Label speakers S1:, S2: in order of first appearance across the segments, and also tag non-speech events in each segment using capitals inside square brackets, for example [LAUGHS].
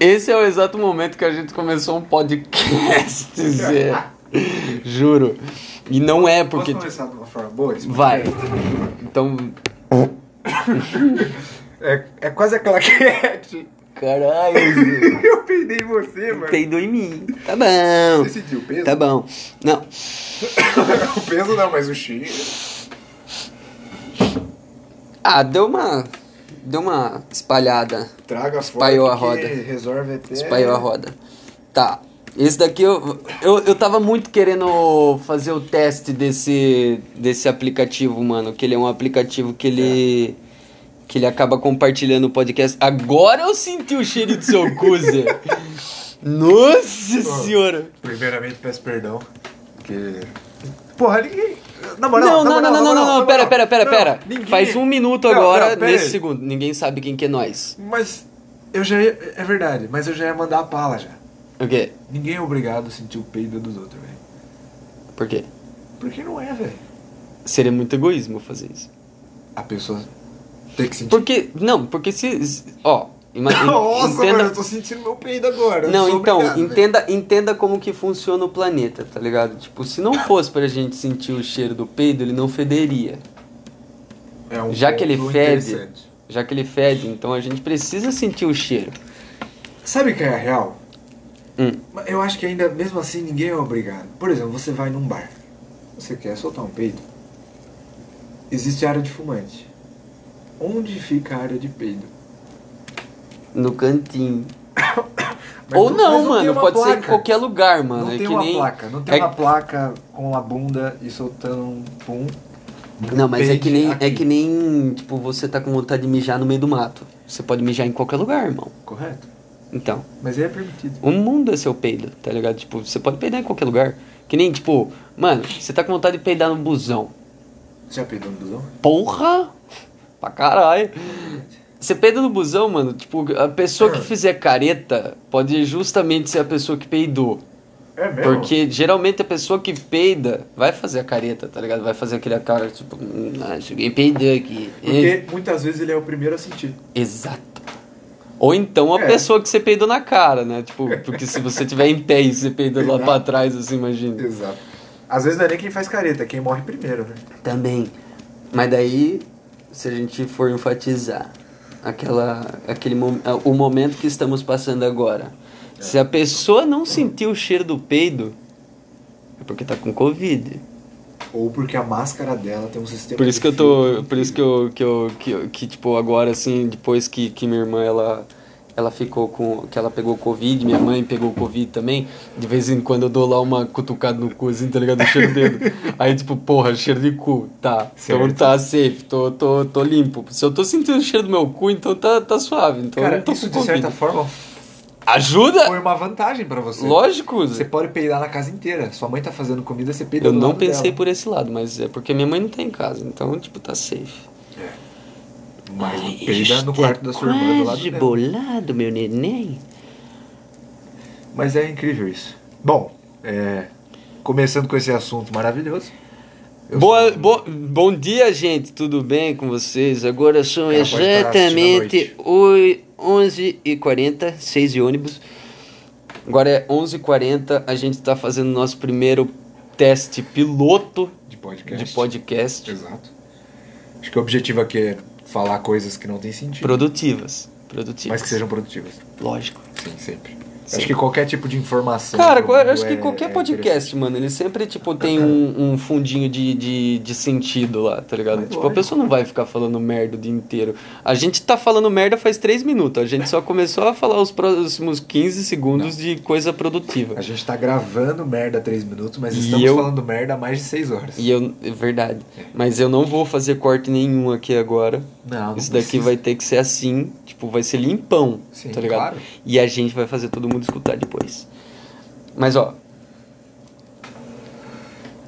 S1: Esse é o exato momento que a gente começou um podcast, [LAUGHS] Zé. Juro. E não é porque.
S2: Posso começar de uma forma boa? esse
S1: Vai.
S2: podcast?
S1: Então.
S2: É, é quase a [LAUGHS] claquete.
S1: Caralho, Zé.
S2: [LAUGHS] Eu peidei em você, mano.
S1: Peidou em mim. Tá bom.
S2: Decidiu o peso?
S1: Tá bom. Não.
S2: [LAUGHS] o peso não, mas o cheiro.
S1: Ah, deu uma. Deu uma espalhada.
S2: Traga
S1: Espalhou
S2: fora
S1: a roda.
S2: que resolve até...
S1: Espalhou a roda. Tá. Esse daqui eu, eu, eu tava muito querendo fazer o teste desse, desse aplicativo, mano. Que ele é um aplicativo que ele. Que ele acaba compartilhando o podcast. Agora eu senti o cheiro do seu cu, Zé.
S2: [LAUGHS]
S1: Nossa senhora!
S2: Primeiramente, peço perdão. Que... Porra, ninguém... Na
S1: Não,
S2: moral, na
S1: não, não, não,
S2: moral, na
S1: não,
S2: moral,
S1: não,
S2: na
S1: pera,
S2: moral.
S1: pera, pera,
S2: Não,
S1: pera.
S2: ninguém-
S1: Faz um minuto
S2: Não,
S1: agora,
S2: não, pera
S1: nesse
S2: aí.
S1: segundo. Ninguém sabe quem que é nós.
S2: Mas eu já ia... É verdade, mas eu já ia mandar a pala já.
S1: O quê?
S2: Ninguém é obrigado a sentir o peido dos outros, velho.
S1: Por quê?
S2: Porque não é, velho.
S1: Seria muito egoísmo fazer isso.
S2: A pessoa tem que sentir.
S1: Porque, não, porque se. se- Ó, ima- en-
S2: [LAUGHS] Nossa,
S1: entenda.
S2: mano, eu tô sentindo meu peido agora. eu
S1: Não,
S2: sou
S1: então,
S2: obrigado, velho.
S1: entenda, entenda como que funciona o planeta, tá ligado? Tipo, se não fosse pra gente sentir o cheiro do peido, ele não federia.
S2: É um
S1: Já que ele
S2: ponto
S1: fede,
S2: interessante.
S1: já que ele fede, então a gente precisa sentir o cheiro.
S2: Sabe o que é a real?
S1: Hum.
S2: Mas Eu acho que ainda, mesmo assim, ninguém é obrigado. Por exemplo, você vai num bar. Você quer soltar um peido? Existe área de fumante. Onde fica a área de peido?
S1: No cantinho.
S2: Mas
S1: Ou não,
S2: mas tem
S1: mano,
S2: uma
S1: pode ser em
S2: placa.
S1: qualquer lugar, mano.
S2: Não
S1: é
S2: tem
S1: que
S2: uma
S1: nem...
S2: placa. Não tem
S1: é-
S2: uma placa com a bunda e soltando um pum.
S1: Não, mas é
S2: Peido
S1: que nem é
S2: aqui.
S1: que nem, tipo, você tá com vontade de mijar no meio do mato. Você pode mijar em qualquer lugar, irmão.
S2: Correto.
S1: Então,
S2: Mas aí é permitido.
S1: o mundo é seu peido, tá ligado? Tipo, você pode peidar em qualquer lugar. Que nem, tipo, mano, você tá com vontade de peidar no busão.
S2: Já peidou no busão?
S1: Porra! Pra caralho. Você peida no busão, mano, tipo, a pessoa
S2: É.
S1: que fizer careta pode justamente ser a pessoa que peidou.
S2: É
S1: Porque geralmente a pessoa que peida vai fazer a careta, tá ligado? Vai fazer aquele cara, tipo, "Hum, ah, cheguei a peidar aqui.
S2: Porque muitas vezes ele é o primeiro a sentir.
S1: Exato. Ou então a
S2: É.
S1: pessoa que você peidou na cara, né? Tipo, porque se
S2: [LAUGHS]
S1: você tiver em pé e você peidou lá
S2: Exato.
S1: pra trás, assim, imagina.
S2: Exato. Às vezes não é nem quem faz careta, é quem morre primeiro, né?
S1: Também. Mas daí, se a gente for enfatizar aquela, aquele mom- é, o momento que estamos passando agora. Se a pessoa não sentir o cheiro do peido, é porque tá com Covid.
S2: Ou porque a máscara dela tem um sistema.
S1: Por isso
S2: de
S1: que eu tô.
S2: filtro.
S1: Por isso que eu. Que, eu, que, eu- que, tipo, agora assim, depois que, que minha irmã ela. Ela ficou com. Que ela pegou Covid, minha mãe pegou Covid também. De vez em quando eu dou lá uma cutucada no cu, assim, tá ligado? Cheiro
S2: [LAUGHS]
S1: dedo. Aí, tipo, porra, cheiro de cu. Tá. Então
S2: Certo.
S1: tá safe, tô, tô, tô limpo. Se eu tô sentindo o cheiro do meu cu, então tá, tá suave. Então eu
S2: Cara,
S1: não tô
S2: isso
S1: com
S2: de certa
S1: Covid.
S2: forma
S1: Ajuda!
S2: foi uma vantagem pra você.
S1: Lógico,
S2: Você
S1: Zé.
S2: pode peidar na casa inteira. Sua mãe tá fazendo comida, você peida
S1: Eu
S2: do
S1: não
S2: lado
S1: pensei
S2: dela.
S1: por esse lado, mas é porque minha mãe não tá em casa. Então, tipo, tá safe.
S2: Mas não peida
S1: é
S2: no quarto da sua irmã do lado dela.
S1: bolado, meu neném.
S2: Mas é incrível isso. Bom, é, começando com esse assunto maravilhoso. eu
S1: Boa,
S2: sou- um
S1: bo- bom dia, gente. Tudo bem com vocês? Agora são
S2: Ela pode parar
S1: exatamente 8, 11h40, 6 de ônibus. Agora é 11h40, a gente está fazendo nosso primeiro teste piloto
S2: De podcast.
S1: de podcast.
S2: Exato. Acho que o objetivo aqui é falar coisas que não têm sentido,
S1: Produtivas. Produtivas.
S2: mas que sejam produtivas.
S1: Lógico.
S2: Sim, sempre.
S1: Sim.
S2: Acho que qualquer tipo de informação.
S1: Cara,
S2: pro
S1: eu
S2: mundo
S1: acho que
S2: é-
S1: qualquer
S2: é
S1: podcast, mano, ele sempre, tipo, tem um, um fundinho de, de, de sentido lá, tá ligado?
S2: Mas
S1: tipo, a
S2: lógico.
S1: pessoa não vai ficar falando merda o dia inteiro. A gente tá falando merda faz três minutos, a gente só começou a falar os próximos 15 segundos de coisa
S2: interessante.
S1: produtiva.
S2: A gente tá gravando merda há 3 minutos, mas
S1: E
S2: estamos
S1: eu-
S2: falando merda há mais de 6 horas.
S1: E eu, é verdade, mas eu não vou fazer corte nenhum aqui agora.
S2: Não, não
S1: Isso daqui
S2: precisa.
S1: vai ter que ser assim, tipo, vai ser limpão,
S2: Sim,
S1: tá ligado?
S2: claro.
S1: E a gente vai fazer todo mundo escutar depois. Mas ó,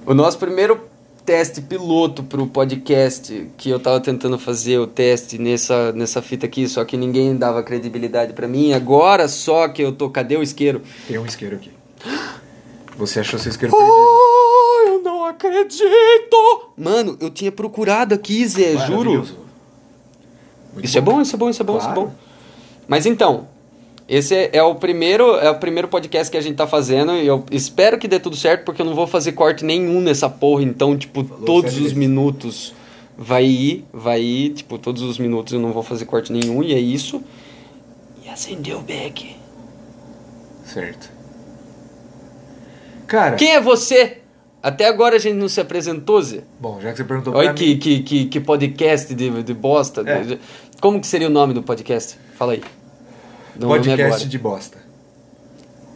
S1: o nosso primeiro teste piloto pro podcast que eu tava tentando fazer o teste nessa nessa fita aqui, só que ninguém dava credibilidade pra mim. Agora só que eu tô, cadê o isqueiro?
S2: Tem um isqueiro aqui. Você achou seu isqueiro perdido?
S1: Oh, eu não acredito! Mano, eu tinha procurado aqui, Zé, é juro.
S2: Maravilhoso. Muito
S1: Isso é bom, isso é bom, isso é bom, isso é
S2: Claro.
S1: bom. Mas então, Esse é, é o primeiro, é o primeiro podcast que a gente tá fazendo e eu espero que dê tudo certo porque eu não vou fazer corte nenhum nessa porra, então tipo
S2: Falou
S1: todos
S2: sério
S1: os
S2: mesmo.
S1: minutos vai ir, vai ir, tipo todos os minutos eu não vou fazer corte nenhum e é isso. E acendeu o beck.
S2: Certo. Cara,
S1: Quem é você? Até agora a gente não se apresentou, Zé.
S2: bom, já que você perguntou
S1: Olha
S2: pra
S1: que, que, que, que podcast de, de bosta.
S2: É.
S1: de- Como que seria o nome do podcast? Fala aí. Dá
S2: mim,
S1: um nome
S2: podcast
S1: agora.
S2: de bosta.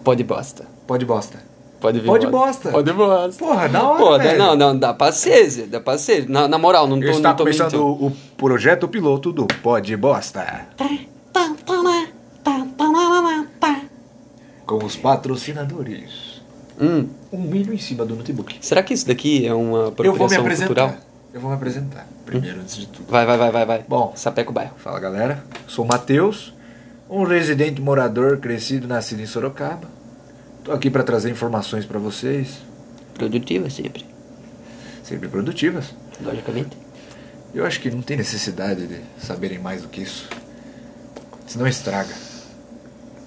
S1: Pode bosta.
S2: Pode bosta.
S1: Pode vir.
S2: Pode
S1: embora.
S2: bosta.
S1: Pode bosta.
S2: Porra, da hora,
S1: Pô,
S2: velho.
S1: não, não, dá pra ser, Zé, dá pra ser. Na, na moral, não tô,
S2: Está
S1: não tô
S2: começando
S1: mentindo.
S2: o projeto piloto do Pod Bosta. Com os patrocinadores.
S1: Hum,
S2: Um milho em cima do notebook.
S1: será que isso daqui é uma
S2: Eu vou me
S1: apropriação
S2: apresentar.
S1: cultural? Hum?
S2: Eu vou me apresentar, primeiro, antes de tudo.
S1: Vai, vai, vai, vai, vai.
S2: Bom.
S1: Sapeca o bairro.
S2: Fala galera, sou o Matheus, um residente morador crescido e nascido em Sorocaba. Tô aqui para trazer informações para vocês,
S1: Produtiva sempre,
S2: sempre produtivas.
S1: logicamente.
S2: Eu acho que não tem necessidade de saberem mais do que isso. Senão estraga.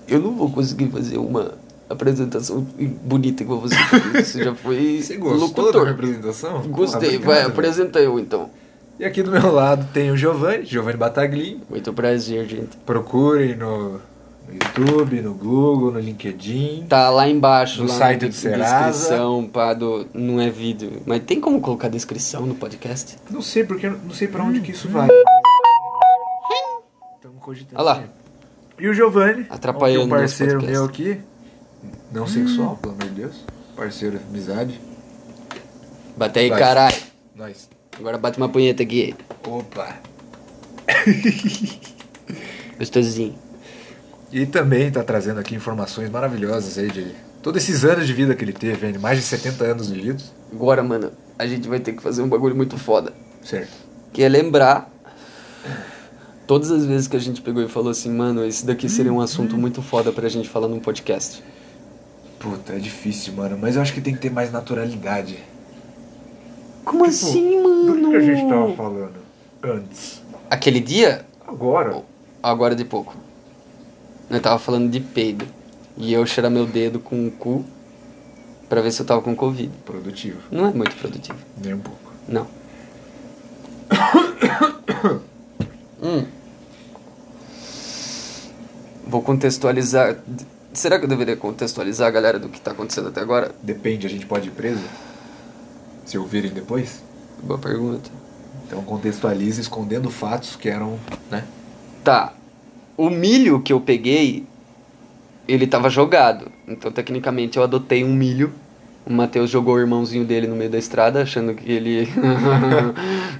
S1: Eu não vou conseguir fazer uma apresentação bonita igual você fez. Você já foi
S2: né,
S1: locutor.
S2: apresentação?
S1: Gostei, vai,
S2: né?
S1: apresenta eu então.
S2: Ah, E aqui do meu lado tem o Giovanni, Giovanni Batagli.
S1: Muito prazer, gente.
S2: Procurem no no YouTube, no Google, no LinkedIn.
S1: Tá lá embaixo,
S2: No
S1: lá
S2: site
S1: na
S2: do Serasa.
S1: descrição, pá, do- não é vídeo. Mas tem como colocar descrição no podcast?
S2: Não sei porque não sei para onde que isso vai. Estamos cogitando.
S1: Olha lá.
S2: isso. E o Giovanni,
S1: Atrapalhando
S2: que é um parceiro
S1: nosso podcast.
S2: meu aqui, não sexual, pelo amor de Deus, parceiro, amizade.
S1: Bate aí,
S2: Vai.
S1: caralho.
S2: Nós.
S1: Agora bate uma punheta aqui,
S2: Opa.
S1: gostosinho.
S2: E também tá trazendo aqui informações maravilhosas aí de todos esses anos de vida que ele teve, hein? mais de 70 anos de vida.
S1: Agora, mano, a gente vai ter que fazer um bagulho muito foda.
S2: Certo.
S1: que é lembrar todas as vezes que a gente pegou e falou assim, mano, esse daqui seria um assunto muito foda pra gente falar num podcast.
S2: Puta, é difícil, mano, mas eu acho que tem que ter mais naturalidade.
S1: Como
S2: Tipo,
S1: assim,
S2: Do que a gente tava
S1: mano?
S2: falando antes?
S1: Aquele dia,
S2: Agora.
S1: agora é de pouco, nós tava falando de peido. E eu cheirar meu dedo com o cu pra ver se eu tava com Covid.
S2: Produtivo.
S1: Não é muito produtivo,
S2: Nem um pouco.
S1: não. Hum. Vou contextualizar. Será que eu deveria contextualizar a galera do que tá acontecendo até agora?
S2: Depende, a gente pode ir preso? Se ouvirem depois?
S1: Boa pergunta.
S2: Então contextualiza escondendo fatos que eram, né?
S1: Tá. O milho que eu peguei, ele tava jogado. Então, tecnicamente, eu adotei um milho. O Matheus jogou o irmãozinho dele no meio da estrada, achando que ele [LAUGHS]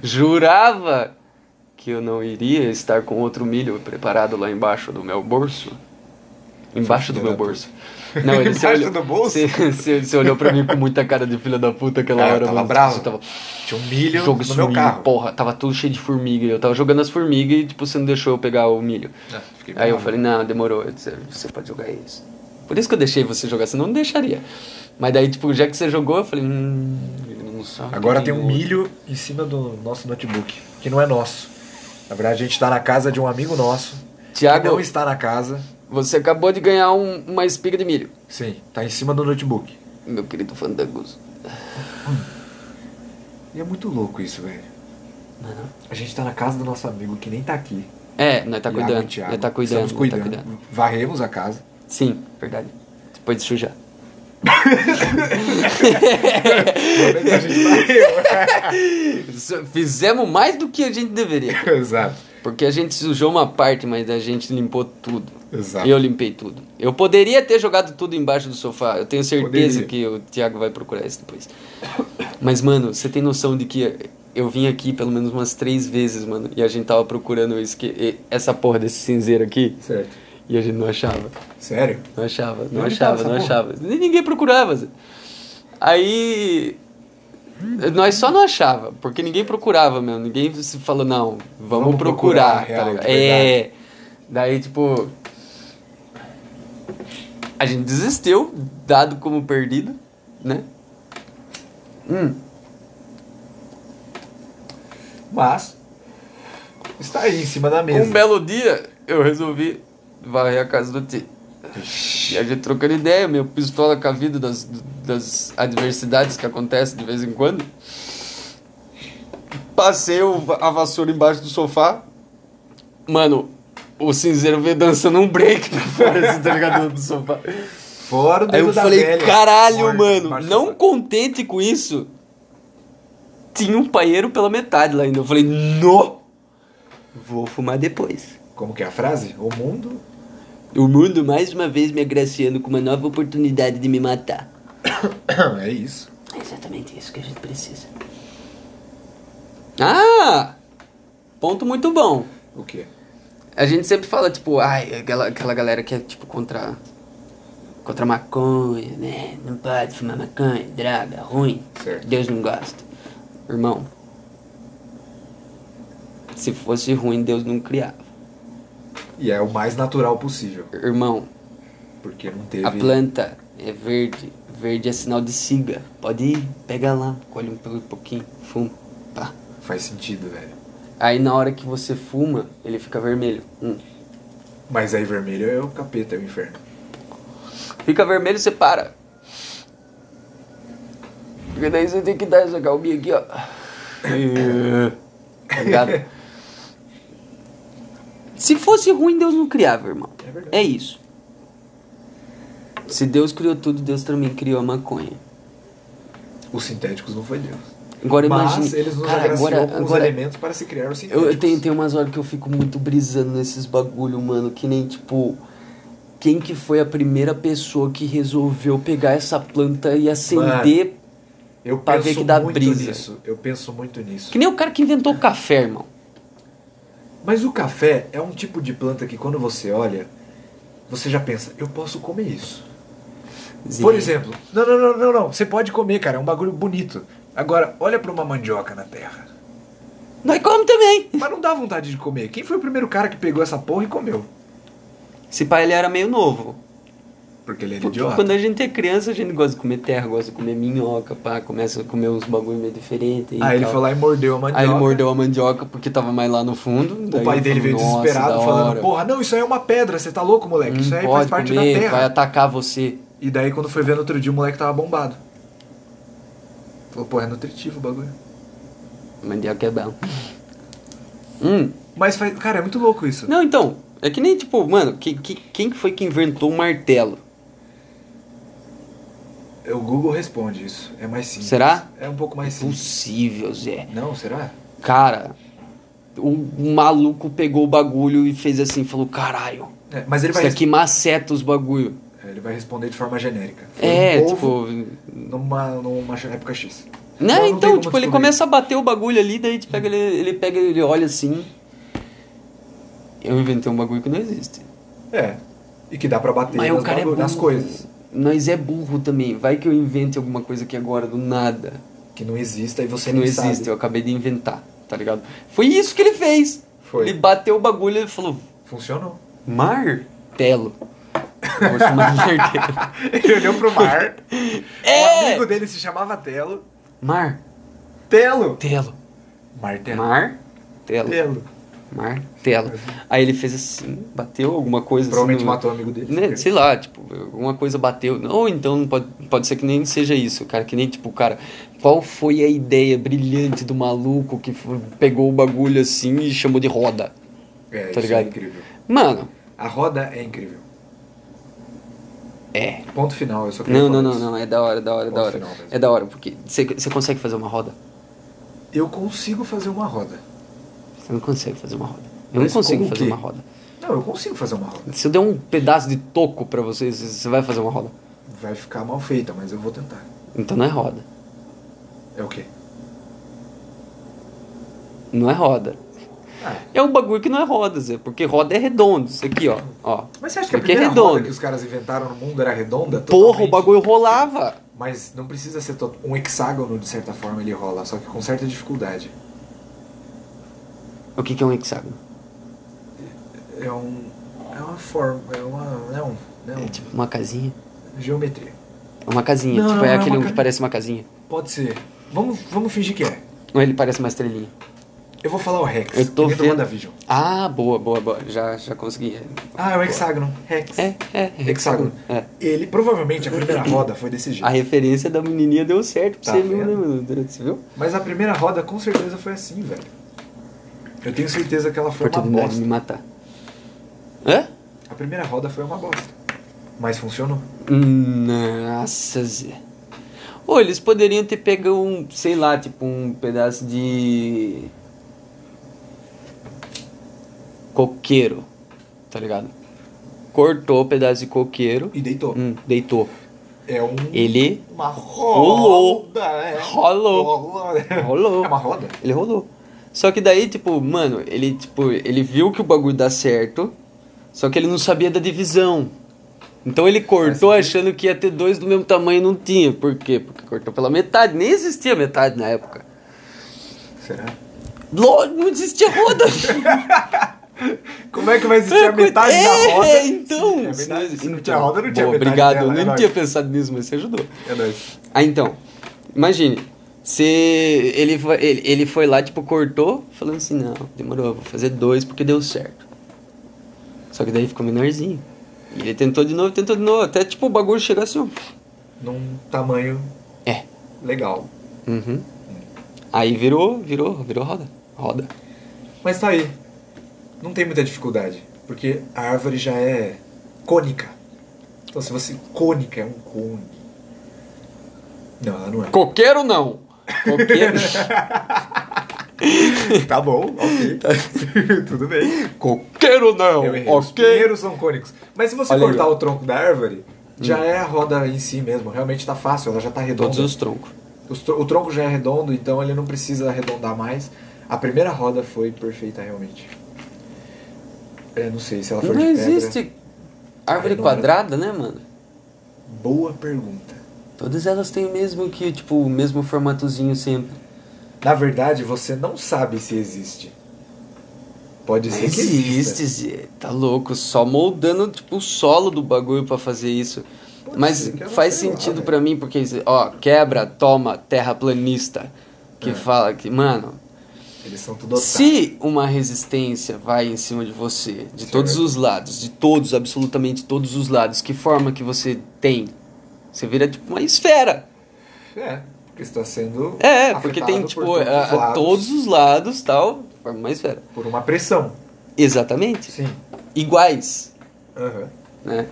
S1: jurava que eu não iria estar com outro milho preparado lá embaixo do meu bolso. Embaixo do
S2: Filho
S1: meu
S2: da puta.
S1: bolso. Não,
S2: [LAUGHS]
S1: ele [LAUGHS] se
S2: Embaixo
S1: olhou,
S2: do bolso?
S1: Você, você- você olhou pra mim com muita cara de filha da puta aquela
S2: Cara, eu
S1: hora.
S2: tava
S1: mano.
S2: bravo.
S1: Você tava-
S2: Tinha um milho
S1: jogo
S2: no
S1: sumiu,
S2: meu carro.
S1: porra, tava tudo cheio de formiga. Eu tava jogando as formigas e, tipo, você não deixou eu pegar o milho.
S2: Ah, fiquei
S1: Aí eu
S2: bravo.
S1: falei, não, demorou. Eu disse, você pode jogar isso. Por isso que eu deixei você jogar, senão eu não deixaria. Mas daí, tipo, já que você jogou, eu falei, hum, ele não sabe.
S2: Agora
S1: que
S2: tem um
S1: outro."
S2: milho em cima do nosso notebook, que não é nosso. Na verdade, a gente tá na casa de um amigo nosso.
S1: Tiago,
S2: Que não está na casa.
S1: Você acabou de ganhar um- uma espiga de milho,
S2: Sim, tá em cima do notebook.
S1: meu querido Fandangos.
S2: E é muito louco isso, velho. A gente tá na casa do nosso amigo que nem tá aqui.
S1: É, nós tá
S2: Iago e
S1: cuidando.
S2: Thiago.
S1: Nós tá cuidando,
S2: Estamos
S1: nós tá
S2: cuidando.
S1: cuidando.
S2: Varremos
S1: [LAUGHS]
S2: a casa.
S1: Sim, verdade. Depois de sujar. [LAUGHS]
S2: Pelo menos a gente varreu. [LAUGHS]
S1: Fizemos mais do que a gente deveria.
S2: Exato.
S1: Porque a gente sujou uma parte, mas a gente limpou tudo.
S2: Exato.
S1: Eu limpei tudo. Eu poderia ter jogado tudo embaixo do sofá. Eu tenho certeza
S2: Poderia.
S1: que o Thiago vai procurar isso depois. Mas, mano, você tem noção de que eu vim aqui pelo menos umas três vezes, mano. E a gente tava procurando isso, que, e- essa porra desse cinzeiro aqui.
S2: Certo.
S1: E a gente não achava.
S2: Sério?
S1: Não achava, não
S2: Onde
S1: achava,
S2: tava
S1: não
S2: essa
S1: achava. Nem ninguém procurava. Zé. Aí. Nós só não achava, porque ninguém procurava mesmo. Ninguém se falou, não, vamos,
S2: Vamos
S1: procurar. tá
S2: procurar, real,
S1: ligado?
S2: de
S1: é. Daí, tipo. A gente desistiu, dado como perdido, né? Hum,
S2: Mas está aí em cima da mesa.
S1: Um belo dia, eu resolvi varrer a casa do Ti. E a gente trocando ideia, meu pistola com a vida das, das adversidades que acontecem de vez em quando. Passei o- a vassoura embaixo do sofá. Mano, o cinzeiro veio dançando um break [LAUGHS] pra fora, assim, tá ligado? Do sofá.
S2: Fora [LAUGHS] o
S1: Aí
S2: dedo
S1: eu
S2: da
S1: falei,
S2: velha.
S1: caralho,
S2: Fora,
S1: mano,
S2: embaixo
S1: não
S2: da-
S1: contente com isso, tinha um paeiro pela metade lá ainda. Eu falei, no! Vou fumar depois.
S2: Como que é a frase? O mundo [CLEARS THROAT]
S1: O mundo mais uma vez me agraciando com uma nova oportunidade de me matar.
S2: é isso.
S1: É exatamente isso que a gente precisa. Ah! Ponto muito bom.
S2: O quê?
S1: A gente sempre fala, tipo, ai, aquela, aquela galera que é, tipo, contra. Contra maconha, né? Não pode fumar maconha, droga, ruim.
S2: Certo.
S1: Deus não gosta. Irmão. Se fosse ruim, Deus não criava.
S2: E é o mais natural possível,
S1: Irmão,
S2: porque não teve
S1: a planta é verde. Verde é sinal de siga. Pode ir, pega lá, colhe um pelo- pouquinho, fuma. Pá.
S2: faz sentido, velho.
S1: Aí na hora que você fuma, ele fica vermelho. Hum.
S2: Mas aí vermelho é o capeta, é o inferno.
S1: Fica vermelho, você para. Porque daí você tem que dar essa calminha aqui,
S2: [LAUGHS]
S1: ó. tá ligado? Se fosse ruim, Deus não criava, irmão.
S2: É verdade.
S1: É isso. Se Deus criou tudo, Deus também criou a maconha.
S2: Os sintéticos não foi Deus.
S1: Agora
S2: Mas
S1: imagine.
S2: eles nos
S1: Cara,
S2: agraciou
S1: agora,
S2: com os
S1: agora
S2: elementos para se criar os
S1: eu,
S2: sintéticos.
S1: eu tenho, tenho umas horas que eu fico muito brisando nesses bagulho, mano. Que nem tipo. Quem que foi a primeira pessoa que resolveu pegar essa planta e acender
S2: Eu
S1: pra ver
S2: penso
S1: que dá
S2: muito
S1: brisa.
S2: nisso. Eu penso muito nisso.
S1: Que nem o cara que inventou o café, irmão.
S2: Mas o café é um tipo de planta que quando você olha, você já pensa, eu posso comer isso. Por exemplo, não, não, não, não, não, você pode comer, cara, é um bagulho bonito. Agora, olha pra uma mandioca na terra.
S1: Nós come também.
S2: Mas não dá vontade de comer. Quem foi o primeiro cara que pegou essa porra e comeu?
S1: Esse pai, ele era meio novo.
S2: Porque ele era
S1: Porque
S2: é idiota.
S1: quando a gente é criança, a gente gosta de comer terra, gosta de comer minhoca, pá. Começa a comer uns bagulho meio diferente. e
S2: Aí ele
S1: tal.
S2: foi lá e mordeu a mandioca.
S1: Então. Aí ele mordeu a mandioca porque tava mais lá no fundo.
S2: O pai dele veio desesperado falando, porra, não, isso aí é uma pedra, você tá louco, moleque? isso aí faz
S1: Hum, pode
S2: parte
S1: comer,
S2: da terra.
S1: vai atacar você.
S2: E daí quando foi ver no outro dia, o moleque tava bombado. Falou, pô, é nutritivo o bagulho.
S1: Mandioca é bom. Hum.
S2: Mas, faz... cara, é muito louco isso.
S1: Não, então, é que nem tipo, mano, que, que, quem foi que inventou o martelo?
S2: O Google responde isso, é mais simples.
S1: Será?
S2: É um pouco mais simples.
S1: Impossível, Zé.
S2: Não, será?
S1: Cara, o maluco pegou o bagulho e fez assim, falou, caralho,
S2: É, mas ele
S1: isso
S2: vai,
S1: daqui maceta os bagulho.
S2: ele vai responder de forma genérica. Foi
S1: É,
S2: um ovo
S1: tipo...
S2: Numa, numa época X.
S1: Não,
S2: tem
S1: então,
S2: como
S1: tipo, ele
S2: descobrir.
S1: começa a bater o bagulho ali, daí tu pega, ele, ele pega, ele olha assim... Eu inventei um bagulho que não existe.
S2: É. E que dá pra bater
S1: Mas
S2: nas,
S1: o cara é
S2: bagu-
S1: burro.
S2: nas coisas.
S1: Nós é burro também. Vai que eu invente alguma coisa aqui agora, do nada.
S2: Que não exista e você
S1: que não
S2: nem sabe.
S1: existe, eu acabei de inventar, tá ligado? Foi isso que ele fez.
S2: Foi.
S1: Ele bateu o bagulho e falou, [LAUGHS]
S2: Funcionou.
S1: martelo. Eu vou chamar de
S2: [LAUGHS]
S1: martelo.
S2: ele olhou pro mar. O
S1: É!
S2: amigo dele se chamava Telo.
S1: Mar.
S2: Telo!
S1: Telo.
S2: Martelo.
S1: Mar. Telo.
S2: Telo.
S1: Mar. Telo. Aí ele fez assim, bateu alguma coisa.
S2: Provavelmente
S1: assim, no-
S2: matou o amigo dele.
S1: Né, sei lá, tipo, alguma coisa bateu. Ou então pode, pode ser que nem seja isso, cara. Que nem, tipo, cara, qual foi a ideia brilhante do maluco que foi- pegou o bagulho assim e chamou de roda?
S2: É,
S1: tá
S2: isso
S1: ligado?
S2: é incrível.
S1: Mano,
S2: A roda é incrível.
S1: é.
S2: Ponto final, eu só queria
S1: Não,
S2: falar
S1: não, não,
S2: isso.
S1: não. É da hora, da hora,
S2: Ponto
S1: da hora.
S2: final mesmo.
S1: É da hora, porque você você consegue fazer uma roda.
S2: Eu consigo fazer uma roda.
S1: Você não consegue fazer uma roda. Eu
S2: Mas
S1: não consigo
S2: como
S1: fazer
S2: que?
S1: uma roda.
S2: Não, eu consigo fazer uma roda.
S1: Se eu der um pedaço de toco pra você, você- você vai fazer uma roda.
S2: Vai ficar mal feita, mas eu vou tentar.
S1: Então não é roda.
S2: É o quê?
S1: Não é roda.
S2: Ah,
S1: É um bagulho que não é roda, Zé, porque roda é redondo. Isso aqui, ó. ó.
S2: mas você acha que a
S1: Porque é
S2: primeira roda
S1: redondo.
S2: que os caras inventaram no mundo era redonda?
S1: Porra, o
S2: Totalmente.
S1: bagulho rolava.
S2: Mas não precisa ser to- um hexágono, de certa forma, ele rola, só que com certa dificuldade.
S1: O que, que é um hexágono?
S2: É um. É uma forma. É uma. Não. Não.
S1: É tipo uma casinha.
S2: Geometria.
S1: É uma casinha.
S2: Não,
S1: tipo,
S2: não,
S1: é
S2: não é
S1: aquele
S2: uma
S1: que
S2: ca-
S1: parece uma casinha.
S2: Pode ser. Vamos, vamos fingir que é.
S1: Ou ele parece uma estrelinha.
S2: Eu vou falar o Rex.
S1: Eu tô
S2: que nem do
S1: vendo.
S2: WandaVision.
S1: Ah, boa, boa, boa. Já, já consegui.
S2: Ah, é o Hexágono. Rex.
S1: É, é.
S2: Hexágono.
S1: É.
S2: Ele, provavelmente, a primeira roda foi desse jeito.
S1: A referência da menininha deu certo pra
S2: Tá
S1: você, viu, né,
S2: vendo?
S1: mano? Você viu?
S2: Mas a primeira roda, com certeza, foi assim, velho. Eu tenho certeza que ela foi uma
S1: Oportunidade de
S2: bosta.
S1: me matar. Hã?
S2: A primeira roda foi uma bosta. Mas funcionou.
S1: Nossa, Zé. Ou eles poderiam ter pego um, sei lá, tipo um pedaço de. Coqueiro, tá ligado? Cortou o pedaço de coqueiro,
S2: E deitou.
S1: hum, deitou.
S2: É um...
S1: Ele
S2: Uma
S1: Rolou.
S2: roda. É.
S1: Rolou. Rolou.
S2: É uma roda?
S1: Ele rolou. Só que daí, tipo, mano, ele, tipo, ele viu que o bagulho dá certo, só que ele não sabia da divisão. Então ele cortou
S2: Faz
S1: achando que ia ter dois do mesmo tamanho e não tinha. Por quê? Porque cortou pela metade. Nem existia metade na época.
S2: Será?
S1: Lo- Não existia
S2: [LAUGHS]
S1: roda.
S2: Como é que vai
S1: [LAUGHS]
S2: existir a metade da roda?
S1: É,
S2: se-
S1: então.
S2: é verdade, Se, não
S1: então.
S2: tinha roda, não tinha
S1: Boa,
S2: metade
S1: Obrigado,
S2: dela,
S1: eu
S2: é
S1: nem
S2: nóis.
S1: tinha pensado nisso, mas você ajudou.
S2: É nóis.
S1: Ah, então. Imagine. Se ele, foi- ele, ele foi lá, tipo, cortou, falando assim, não, demorou, vou fazer dois porque deu certo. Só que daí ficou menorzinho. E ele tentou de novo, tentou de novo, até tipo o bagulho chegar assim. ó.
S2: Num tamanho
S1: É.
S2: legal.
S1: Uhum. Aí virou, virou, virou roda. Roda.
S2: Mas tá aí. Não tem muita dificuldade. Porque a árvore já é cônica. Então se você. Cônica é um cone. Não, ela não é.
S1: Coqueiro não! Coqueiro.
S2: [LAUGHS] Tá [LAUGHS] bom, ok. Tudo bem.
S1: Coqueiro não!
S2: Eu errei. Os
S1: Ok!
S2: pinheiros são cônicos. Mas se você
S1: Olha aí,
S2: cortar
S1: ó. Hum.
S2: o tronco da árvore, já é a roda em si mesmo. Realmente tá fácil, ela já tá redonda.
S1: Todos os troncos.
S2: Os tro- O tronco já é redondo, então ele não precisa arredondar mais. A primeira roda foi perfeita, realmente. Eu não sei se ela for
S1: Não
S2: de pedra. é.
S1: existe árvore
S2: Redonda.
S1: quadrada, né, mano?
S2: Boa pergunta.
S1: Todas elas têm o mesmo que, tipo, o mesmo formatozinho sempre.
S2: Na verdade, você não sabe se existe. Pode ser que exista.
S1: Existe, Zé. tá louco, só moldando tipo o solo do bagulho pra fazer isso.
S2: Pode
S1: Mas
S2: ser que ela
S1: faz
S2: sei lá, né?
S1: sentido
S2: velho.
S1: pra mim porque ó, quebra, toma, terraplanista, que
S2: É.
S1: fala que, mano,
S2: Eles são tudo otários.
S1: se uma resistência vai em cima de você, de todos
S2: Certo.
S1: os lados, de todos, absolutamente todos os lados, que forma que você tem? Você vira tipo uma esfera.
S2: É, porque está sendo
S1: É,
S2: afetado
S1: porque tem
S2: por
S1: tipo
S2: todos,
S1: a-
S2: os
S1: a,
S2: lados,
S1: todos os lados, tal, forma uma esfera.
S2: por uma pressão.
S1: Exatamente.
S2: Sim.
S1: Iguais.
S2: Aham.
S1: né?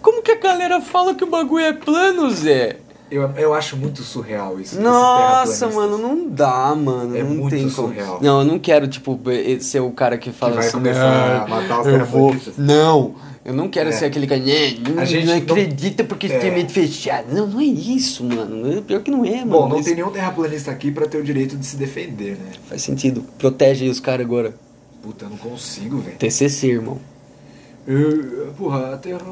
S1: Como que a galera fala que o bagulho é plano, Zé?
S2: Eu, eu acho muito surreal isso. esses
S1: Nossa,
S2: terraplanistas.
S1: mano, não dá, mano.
S2: É
S1: não
S2: muito
S1: tem
S2: surreal.
S1: Como. Não, eu não quero, tipo, be- ser o cara que fala
S2: Que vai
S1: assim.
S2: começar
S1: "Ah,
S2: a matar os
S1: eu vou.
S2: terraplanistas."
S1: Não, eu não quero
S2: É.
S1: ser aquele cara. "Nhê, Não,
S2: A gente
S1: não
S2: não-
S1: acredita porque
S2: É.
S1: tem medo fechado. Não, não é isso, mano. Pior que não é, mano.
S2: Bom, não
S1: Mas
S2: tem nenhum terraplanista aqui pra ter o direito de se defender, né?
S1: Faz sentido. Protege aí os caras agora.
S2: Puta, eu não consigo, velho.
S1: TCC, irmão.
S2: Eu- Porra, a terra.
S1: [LAUGHS]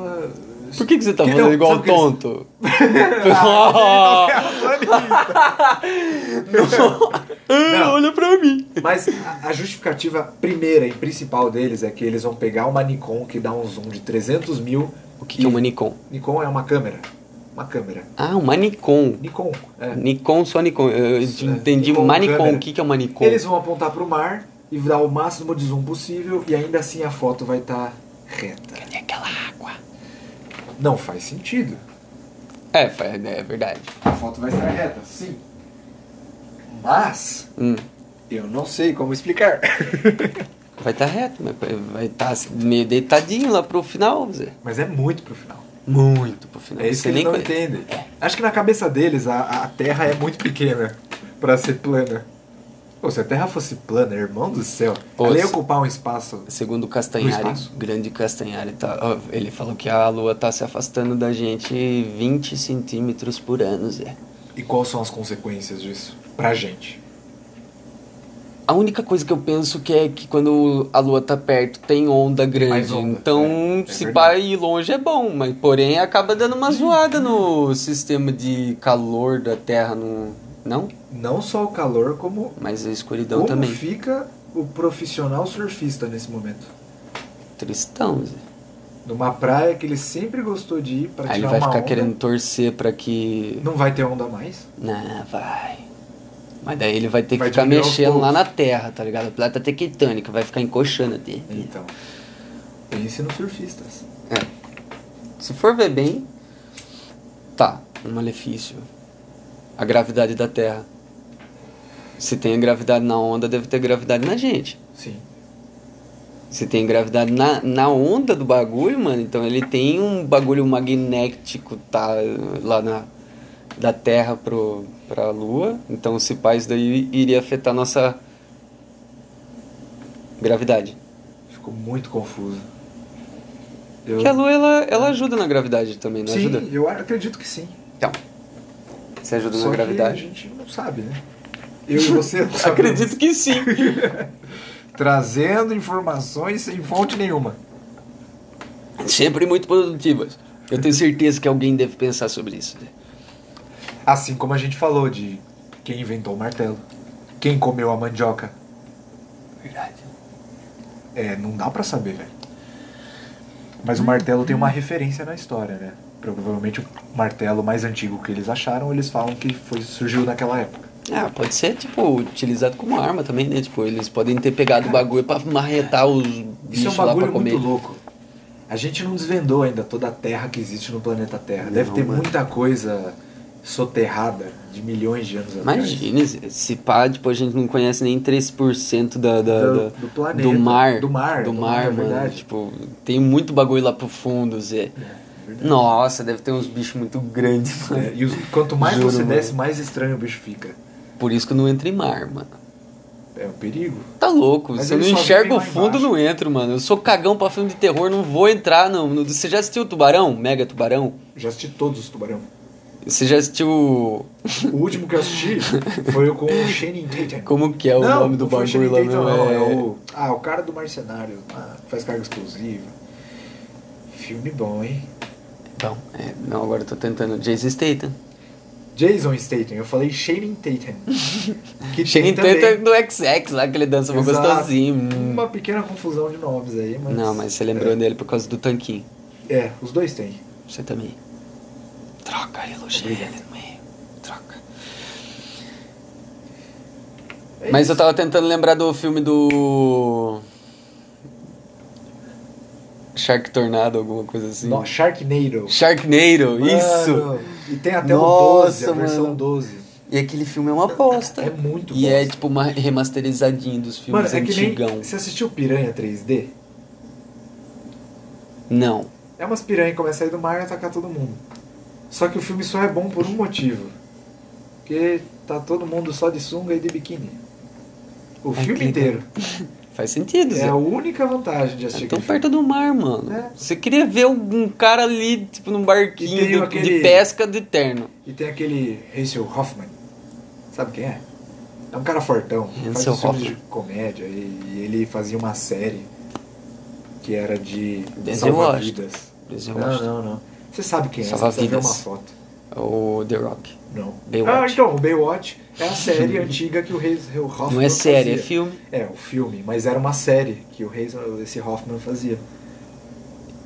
S1: Por que, que você tá
S2: Que
S1: falando
S2: não,
S1: igual
S2: sabe o que eles-
S1: tonto?
S2: [LAUGHS]
S1: [LAUGHS]
S2: Ah, ele não é terraplanista.
S1: Ah,
S2: Não.
S1: Olha pra mim.
S2: Mas a a justificativa primeira e principal deles é que eles vão pegar uma Nikon que dá um zoom de 300 mil.
S1: O que, que é uma Nikon?
S2: Nikon é uma câmera. Uma câmera.
S1: Ah, uma Nikon.
S2: Nikon, é.
S1: Nikon, só Nikon. Eu eu
S2: Isso, é.
S1: entendi
S2: Nikon
S1: Manicom.
S2: câmera.
S1: O que, que é o Manicom?
S2: Eles vão apontar pro mar e dar o máximo de zoom possível e ainda assim a foto vai estar reta.
S1: É aquela água.
S2: Não faz sentido.
S1: É, fa- é verdade.
S2: A foto vai estar reta, sim. Mas
S1: Hum.
S2: eu não sei como explicar.
S1: Vai estar reto, mas vai estar meio deitadinho lá pro final, Zé.
S2: Mas é muito pro final.
S1: Muito pro final.
S2: É isso
S1: Você
S2: que eles
S1: nem É.
S2: não
S1: conhe-
S2: entendem. Acho que na cabeça deles a, a Terra é muito pequena pra ser plana. Pô, se a Terra fosse plana, irmão do céu,
S1: Pô,
S2: ela ia
S1: se-
S2: ocupar um espaço.
S1: Segundo o
S2: No
S1: Castanhari,
S2: espaço.
S1: grande Castanhari, tá, ó, ele falou que a Lua tá se afastando da gente 20 centímetros por ano, Zé.
S2: E quais são as consequências disso pra gente?
S1: A única coisa que eu penso que é que quando a lua tá perto tem onda grande.
S2: onda,
S1: então,
S2: é, é
S1: se
S2: verdade.
S1: vai ir longe é bom, mas porém acaba dando uma zoada no sistema de calor da Terra, no... não?
S2: Não só o calor, como
S1: Mas a escuridão
S2: como
S1: Então, também.
S2: fica o profissional surfista nesse momento.
S1: Tristão, Zé.
S2: Numa praia que ele sempre gostou de ir
S1: Aí
S2: pra
S1: ele
S2: tirar
S1: vai
S2: uma
S1: ficar
S2: onda.
S1: querendo torcer pra que.
S2: Não vai ter onda mais.
S1: Não, vai. Mas daí ele vai ter que
S2: Vai
S1: ficar
S2: diminuir aos
S1: mexendo lá
S2: poucos.
S1: na terra, tá ligado? A plata tectônica vai ficar encoxando até.
S2: Então, pense nos surfistas.
S1: É. Se for ver bem, tá, um malefício. A gravidade da Terra. Se tem gravidade na onda, deve ter gravidade na gente.
S2: Sim.
S1: Se tem gravidade na, na onda do bagulho, mano, então ele tem um bagulho magnético tá lá na da Terra pro pra Lua, então se pá, isso daí iria afetar nossa gravidade.
S2: Ficou muito confuso. Eu...
S1: Porque a Lua ela, ela ajuda na gravidade também, não
S2: Sim,
S1: ajuda?
S2: eu acredito que sim.
S1: Então. Você ajuda
S2: Só
S1: na
S2: que
S1: gravidade?
S2: a gente não sabe, né? Eu e você
S1: [LAUGHS]
S2: não sabemos.
S1: Acredito que sim.
S2: Trazendo informações sem fonte nenhuma.
S1: Sempre muito produtivas. Eu tenho certeza que alguém deve pensar sobre isso.
S2: Assim como a gente falou de quem inventou o martelo, quem comeu a mandioca.
S1: Verdade.
S2: É, não dá pra saber, velho. Mas o martelo tem uma
S1: Uhum.
S2: referência na história, né? Provavelmente o martelo mais antigo que eles acharam, eles falam que foi, surgiu naquela época.
S1: Ah, pode ser, tipo, utilizado como arma também, né? Tipo, eles podem ter pegado o bagulho pra marretar os
S2: Isso é
S1: bichos
S2: um
S1: lá pra
S2: bagulho
S1: comer.
S2: muito louco. A gente não desvendou ainda toda a terra que existe no planeta Terra. Deve
S1: Não,
S2: ter
S1: mano.
S2: muita coisa soterrada de milhões de anos atrás.
S1: Imagina, se- se pá, tipo, a gente não conhece nem 3% da, da,
S2: Do-
S1: da-
S2: do planeta.
S1: mar.
S2: Do mar,
S1: Do
S2: do
S1: mar,
S2: mar, é
S1: mano.
S2: verdade. É,
S1: Tipo, tem muito bagulho lá pro fundo, Zé.
S2: verdade.
S1: Nossa, deve ter uns bichos muito grandes, mano.
S2: É, e os- quanto mais
S1: Juro,
S2: você
S1: mano.
S2: desce, mais estranho o bicho fica.
S1: Por isso que eu não entro em mar, mano.
S2: É um perigo.
S1: Tá louco,
S2: Mas
S1: se eu não
S2: ele só
S1: enxergo
S2: vem
S1: o
S2: lá
S1: fundo,
S2: embaixo.
S1: não entro, mano. Eu sou cagão pra filme de terror, não vou entrar, não. No- Você já assistiu Tubarão? Mega Tubarão?
S2: Já assisti todos os tubarão.
S1: Você já assistiu.
S2: O último que
S1: [LAUGHS]
S2: eu assisti foi o com o Shane Tatum.
S1: Como que é o
S2: não,
S1: nome do
S2: não foi o
S1: bagulho lá
S2: Channing
S1: mesmo?
S2: Tatum, não,
S1: é...
S2: é... o... Ah, o cara do Mercenário. Ah, faz carga explosiva. Filme bom, hein?
S1: Então, é, não, agora eu tô tentando. Jason Statham.
S2: Jason Statham. Eu falei Shane Tatum.
S1: [LAUGHS]
S2: Que
S1: Chega
S2: tem
S1: em
S2: também.
S1: tenta é do XX lá, que ele dança uma
S2: Exato.
S1: gostosinho. Hum.
S2: Uma pequena confusão de nomes aí, mas...
S1: Não, mas você lembrou dele por causa do tanquinho.
S2: É, os dois têm.
S1: Você também. Troca, elogia
S2: Obrigado.
S1: ele no meio. Troca.
S2: É
S1: Mas
S2: isso.
S1: eu tava tentando lembrar do filme do. Shark Tornado, alguma coisa assim.
S2: No, Sharknado.
S1: Sharknado,
S2: Mano,
S1: isso!
S2: E tem até o
S1: Nossa,
S2: 12, a versão
S1: mano.
S2: 12.
S1: E aquele filme é uma aposta.
S2: É muito
S1: E é
S2: bosta.
S1: tipo uma remasterizadinha dos
S2: Mano,
S1: filmes
S2: é que nem...
S1: antigão.
S2: Você assistiu Piranha 3D?
S1: Não.
S2: É umas piranha que começa a sair do mar e atacar todo mundo. Só que o filme só é bom por um motivo. Porque tá todo mundo só de sunga e de biquíni. O
S1: É
S2: filme
S1: incrível.
S2: inteiro.
S1: Faz sentido,
S2: É
S1: Zé. Tá
S2: a única vantagem de assistir
S1: Tão
S2: aquele filme.
S1: perto do mar, mano.
S2: É.
S1: Você queria ver um cara ali, tipo, num barquinho
S2: E tem
S1: de,
S2: aquele-
S1: de pesca de terno.
S2: E tem aquele Hansel Hoffman. Sabe quem é? É um cara fortão. faz
S1: Hansel
S2: uns filmes
S1: Hoffman.
S2: de comédia. E, e ele fazia uma série que era de
S1: Denzel
S2: salva-vidas.
S1: Denzel
S2: Não,
S1: Washington.
S2: não, não. Você sabe quem é, você precisa ver
S1: Salva-vidas.
S2: uma foto.
S1: É O The Rock.
S2: Não.
S1: Baywatch.
S2: Ah, então, o Baywatch é
S1: [LAUGHS]
S2: a série antiga que o Hansel Hoffman
S1: Não é série, é
S2: fazia.
S1: filme.
S2: É, o filme, mas era uma série que o Reis, esse Hoffman fazia.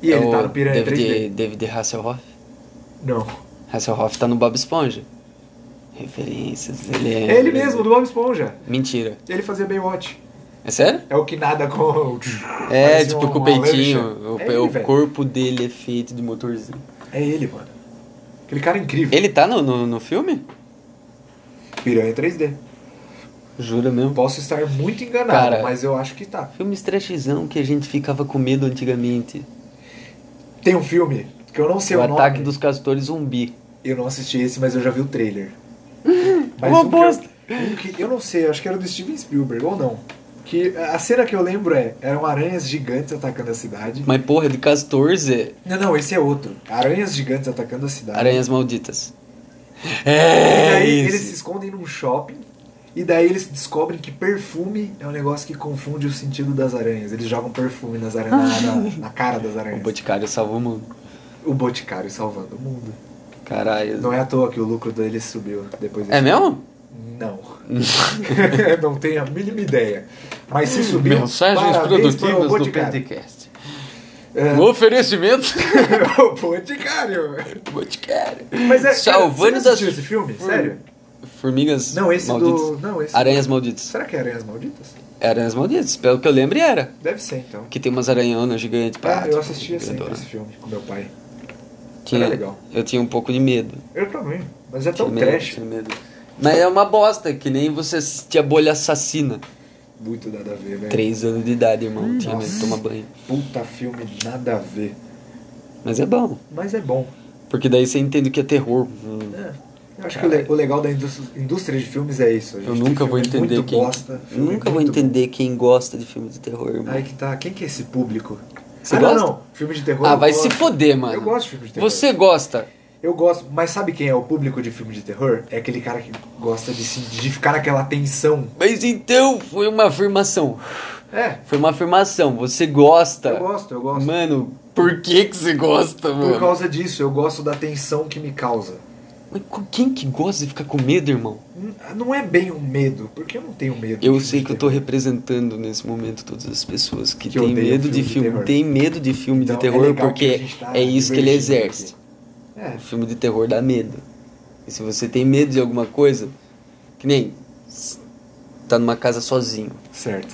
S2: E
S1: É
S2: ele tá
S1: o
S2: no Piranha
S1: David,
S2: 3D.
S1: David Hasselhoff.
S2: Não.
S1: Hasselhoff tá no Bob Esponja. Referências, ele é...
S2: É ele mesmo, do Bob Esponja.
S1: Mentira.
S2: Ele fazia Baywatch.
S1: É sério?
S2: É o que nada com.
S1: É,
S2: parece
S1: tipo,
S2: uma-
S1: com o
S2: uma
S1: peitinho.
S2: lancha.
S1: O,
S2: É ele,
S1: o
S2: velho.
S1: corpo dele é feito de motorzinho.
S2: É ele, mano. Aquele cara incrível.
S1: Ele tá no, no, no filme?
S2: Piranha 3D.
S1: Jura mesmo?
S2: Posso estar muito enganado,
S1: Cara.
S2: mas eu acho que tá.
S1: Filme trashzão que a gente ficava com medo antigamente.
S2: Tem um filme que eu não sei
S1: o
S2: o,
S1: Ataque
S2: nome.
S1: dos Castores Zumbi.
S2: Eu não assisti esse, mas eu já vi o
S1: [LAUGHS]
S2: trailer. Mas
S1: Uma
S2: um que eu-
S1: bosta.
S2: um que- eu não sei, acho que era do Steven Spielberg, ou não. Que a cena que eu lembro é, eram aranhas gigantes atacando a cidade.
S1: Mas porra, é de Castor, Zé.
S2: Não, não, esse é outro. Aranhas gigantes atacando a cidade.
S1: Aranhas Malditas.
S2: E
S1: É
S2: daí
S1: isso.
S2: eles se escondem num shopping. E daí eles descobrem que perfume é um negócio que confunde o sentido das aranhas. Eles jogam perfume nas aranhas, na, na- na cara das
S1: O
S2: aranhas.
S1: Boticário salvou o mundo.
S2: O Boticário salvando o mundo.
S1: Caralho.
S2: Não é à toa que o lucro deles subiu depois
S1: É
S2: desse
S1: mesmo?
S2: Não. [LAUGHS] não tenho a mínima ideia. Mas se subir,
S1: Mensagens
S2: parabéns para
S1: produtivas
S2: o
S1: do
S2: Boticário.
S1: Pentecast.
S2: É.
S1: O oferecimento.
S2: [LAUGHS] o Boticário.
S1: Boticário.
S2: Mas é, cara,
S1: Salvando
S2: você não assistiu
S1: das-
S2: esse filme? Sério?
S1: Formigas
S2: Não, esse
S1: malditas.
S2: do. Não, esse.
S1: Aranhas malditas.
S2: Será que é Aranhas Malditas?
S1: É Aranhas malditas, pelo que eu lembro era.
S2: Deve ser, então.
S1: Que tem umas aranhonas gigantes. pá,
S2: Ah, eu
S1: tipo,
S2: assistia sempre
S1: grandona.
S2: esse filme com meu pai.
S1: Tinha,
S2: Era legal.
S1: Eu tinha um pouco de medo.
S2: Eu também. Mas é tão
S1: Tinha medo,
S2: trash.
S1: tinha medo. Mas é uma bosta, que nem você tinha bolha assassina.
S2: Muito nada a ver, velho.
S1: Três anos de idade, irmão. tinha medo de
S2: É. Hum,
S1: tomar
S2: Nossa.
S1: banho.
S2: Puta filme, nada a ver.
S1: Mas é bom.
S2: Mas é bom.
S1: Porque daí você entende o que é terror. Hum.
S2: É. Eu acho que o le- o legal da indústria, indústria de filmes é isso. a gente
S1: Eu
S2: tem
S1: nunca vou
S2: filme
S1: entender
S2: muito
S1: quem.
S2: bosta,
S1: eu
S2: filme
S1: nunca vou
S2: muito
S1: entender quem gosta de filme de terror,
S2: bom.
S1: irmão.
S2: Aí que tá. Quem que é esse público?
S1: Você
S2: ah,
S1: gosta?
S2: não, não. Filme de terror.
S1: ah,
S2: eu
S1: vai
S2: gosto.
S1: se foder, mano.
S2: Eu gosto de filme de terror.
S1: Você gosta.
S2: Eu gosto, mas sabe quem é o público de filme de terror? É aquele cara que gosta de, se- de ficar naquela tensão.
S1: Mas então foi uma afirmação.
S2: É,
S1: Foi uma afirmação. Você gosta.
S2: eu gosto, eu gosto.
S1: Mano, por que que você gosta,
S2: Por
S1: mano?
S2: causa disso, eu gosto da tensão que me causa.
S1: Mas co- quem que gosta de ficar com medo, irmão?
S2: Hum, Não é bem um medo, porque eu não tenho medo.
S1: Eu
S2: de
S1: sei
S2: filme
S1: que eu
S2: de
S1: tô
S2: terror.
S1: representando nesse momento todas as pessoas que,
S2: Que
S1: têm
S2: odeiam
S1: medo de
S2: filme de
S1: filme,
S2: terror.
S1: tem medo de filme
S2: Então,
S1: de
S2: é
S1: terror
S2: legal que a
S1: porque
S2: gente tá
S1: é isso que ele
S2: divergindo
S1: exerce.
S2: É,
S1: O filme de terror dá medo. E se você tem medo de alguma coisa, que nem s- tá numa casa sozinho.
S2: certo.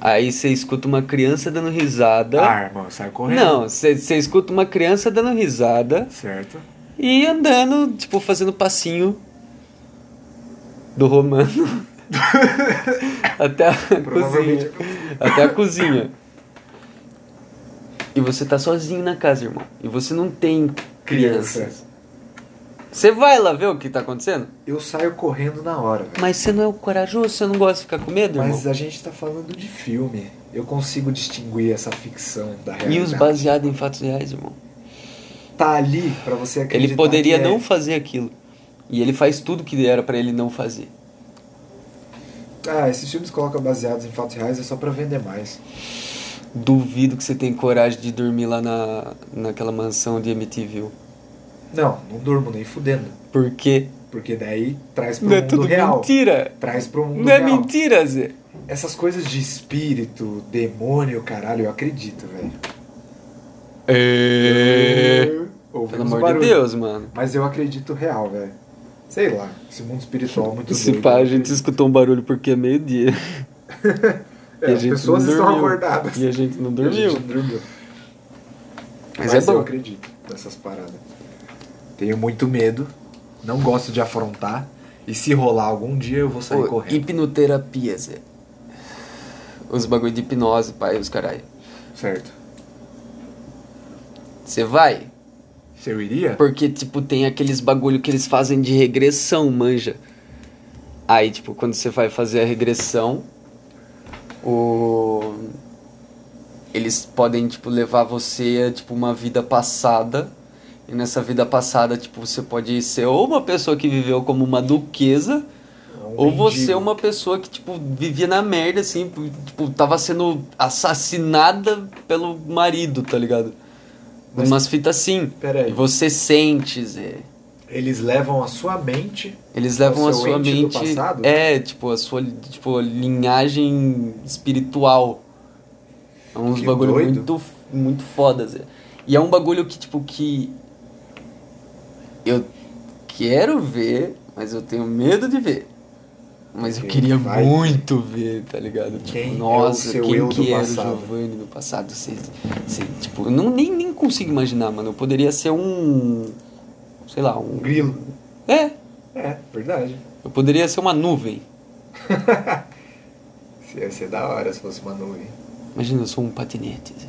S1: Aí você escuta uma criança dando risada.
S2: Ah, irmão, sai correndo.
S1: Não, você você escuta uma criança dando risada
S2: Certo.
S1: e andando, tipo, fazendo passinho do romano [LAUGHS] até a
S2: Provavelmente.
S1: cozinha. Até a cozinha. E você tá sozinho na casa, irmão. E você não tem crianças.
S2: Criança.
S1: Você vai lá ver o que tá acontecendo?
S2: Eu saio correndo na hora, velho.
S1: Mas você não é o corajoso, você não gosta de ficar com medo, irmão?
S2: Mas a gente tá falando de filme. Eu consigo distinguir essa ficção da
S1: E os
S2: realidade.
S1: baseados em fatos reais, irmão.
S2: Tá ali pra você acreditar.
S1: Ele poderia
S2: que é.
S1: não fazer aquilo. E ele faz tudo que era pra ele não fazer.
S2: Ah, esses filmes colocam baseados em fatos reais é só pra vender mais.
S1: Duvido que você tenha coragem de dormir lá na, naquela mansão de MTV.
S2: Não, não durmo nem fudendo.
S1: Porque
S2: Porque daí traz pro
S1: não é
S2: mundo
S1: tudo
S2: real.
S1: mentira.
S2: Traz pro mundo
S1: Não é
S2: real.
S1: mentira, Zé.
S2: Essas coisas de espírito, demônio, caralho, eu acredito, velho.
S1: É... Pelo
S2: Ouvimos o
S1: amor de
S2: um barulho.
S1: Deus, mano.
S2: Mas eu acredito real, velho. Sei lá, esse mundo espiritual é muito
S1: Se
S2: doido.
S1: pá, a gente escutou um barulho porque é meio-dia.
S2: É, as pessoas estão
S1: dormiu.
S2: acordadas.
S1: E a gente não
S2: A
S1: dormiu.
S2: gente não dormiu.
S1: Mas
S2: Mas,
S1: é bom.
S2: eu acredito nessas paradas. Tenho muito medo, não gosto de afrontar. E se rolar algum dia, eu vou sair
S1: Ô,
S2: correndo.
S1: hipnoterapia, Zé. Os bagulho de hipnose, pai, os caralho.
S2: Certo.
S1: Você vai?
S2: Se eu iria?
S1: Porque, tipo, tem aqueles bagulho que eles fazem de regressão, manja. Aí, tipo, quando você vai fazer a regressão, o... eles podem, tipo, levar você a, tipo, uma vida passada. E nessa vida passada, tipo, você pode ser ou uma pessoa que viveu como uma duquesa,
S2: Um
S1: ou
S2: mendigo.
S1: você é uma pessoa que, tipo, vivia na merda, assim, tipo, tava sendo assassinada pelo marido, tá ligado?
S2: Mas-
S1: Umas fitas assim.
S2: Pera
S1: E
S2: aí.
S1: você sente, Zé.
S2: Eles levam a sua mente.
S1: Eles levam
S2: É O
S1: a
S2: seu
S1: sua
S2: ente do
S1: mente.
S2: passado?
S1: É, tipo, a sua tipo, linhagem espiritual. É uns
S2: Que
S1: bagulho
S2: doido.
S1: muito, muito foda, Zé. E é um bagulho que, tipo, que. Eu quero ver, mas eu tenho medo de ver. Mas eu
S2: Quem
S1: queria
S2: vai?
S1: muito ver, tá ligado?
S2: Quem é
S1: tipo,
S2: o
S1: nossa,
S2: seu
S1: quem
S2: eu
S1: que
S2: do
S1: era o
S2: passado?
S1: Giovanni do passado? Você, você, tipo, eu não, nem, nem consigo imaginar, mano. Eu poderia ser um. Sei lá, um.
S2: Um grilo.
S1: É,
S2: É, verdade.
S1: eu poderia ser uma nuvem.
S2: Ia ser da hora se fosse uma nuvem.
S1: Imagina, eu sou um patinete. Zé.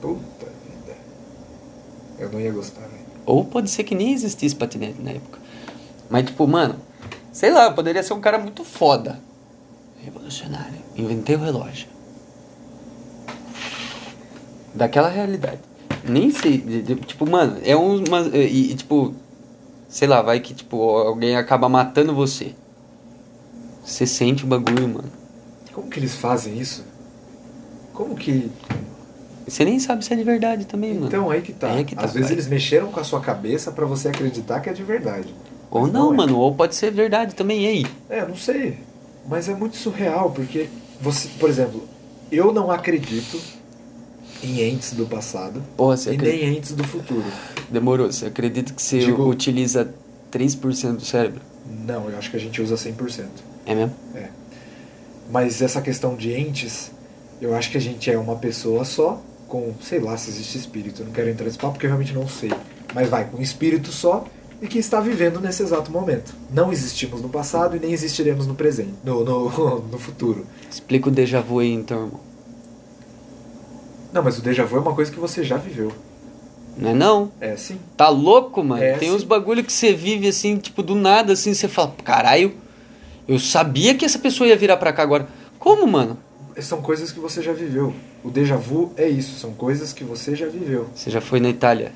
S2: Puta vida. Eu não ia gostar, velho.
S1: Ou pode ser que nem existisse patinete na época. Mas, tipo, mano, sei lá, eu poderia ser um cara muito foda. Revolucionário. Inventei o relógio. Daquela realidade. Nem sei. de- de- Tipo, mano, é um. uma- e, e, tipo, sei lá, vai que, tipo, alguém acaba matando você. Você sente o bagulho, mano.
S2: Como que eles fazem isso? Como que.
S1: Você nem sabe se é de verdade também, mano.
S2: Então aí que tá.
S1: Aí é que tá,
S2: Às vezes
S1: cara.
S2: eles mexeram com a sua cabeça pra você acreditar que é de verdade.
S1: Ou
S2: Mas
S1: não,
S2: é.
S1: mano, ou pode ser verdade também, e aí?
S2: É, não sei. Mas é muito surreal, porque você, por exemplo, eu não acredito em entes do passado
S1: Porra, você
S2: e
S1: acredita?
S2: nem entes do futuro.
S1: Demorou, você acredita que você
S2: Digo-
S1: utiliza 3% do cérebro?
S2: Não, eu acho que a gente usa 100%.
S1: É mesmo?
S2: É. Mas essa questão de entes, eu acho que a gente é uma pessoa só, com, sei lá se existe espírito, eu não quero entrar nesse papo porque eu realmente não sei. Mas vai, com um espírito só e que está vivendo nesse exato momento. Não existimos no passado e nem existiremos no presente, no, no, [LAUGHS] no futuro.
S1: Explica o déjà vu aí então, irmão.
S2: Não, mas o déjà vu é uma coisa que você já viveu.
S1: Não é não?
S2: É, sim.
S1: Tá louco, mano?
S2: É,
S1: Tem
S2: sim.
S1: uns bagulho que você vive assim, tipo, do nada, assim, você fala, caralho, eu sabia que essa pessoa ia virar pra cá agora. Como, mano?
S2: São coisas que você já viveu. O déjà vu é isso, são coisas que você já viveu.
S1: Você já foi na Itália?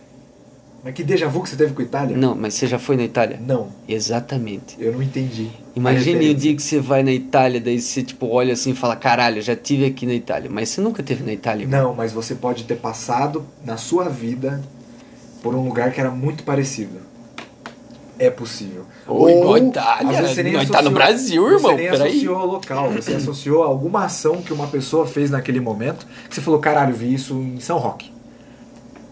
S2: Mas que déjà vu que você teve com a Itália?
S1: Não, mas você já foi na Itália?
S2: Não,
S1: Exatamente.
S2: eu não entendi. a
S1: Imagine o
S2: referência.
S1: dia que você vai na Itália, daí você, tipo, olha assim e fala, caralho, eu já tive aqui na Itália. Mas você nunca teve na Itália, irmão.
S2: Não, mas você pode ter passado na sua vida por um lugar que era muito parecido. É possível.
S1: Ou igual a Itália,
S2: às vezes, você nem
S1: nós tá no
S2: associou-
S1: Brasil, irmão,
S2: Você nem
S1: peraí.
S2: associou ao local, você associou a alguma ação que uma pessoa fez naquele momento que você falou, caralho, vi isso em São Roque.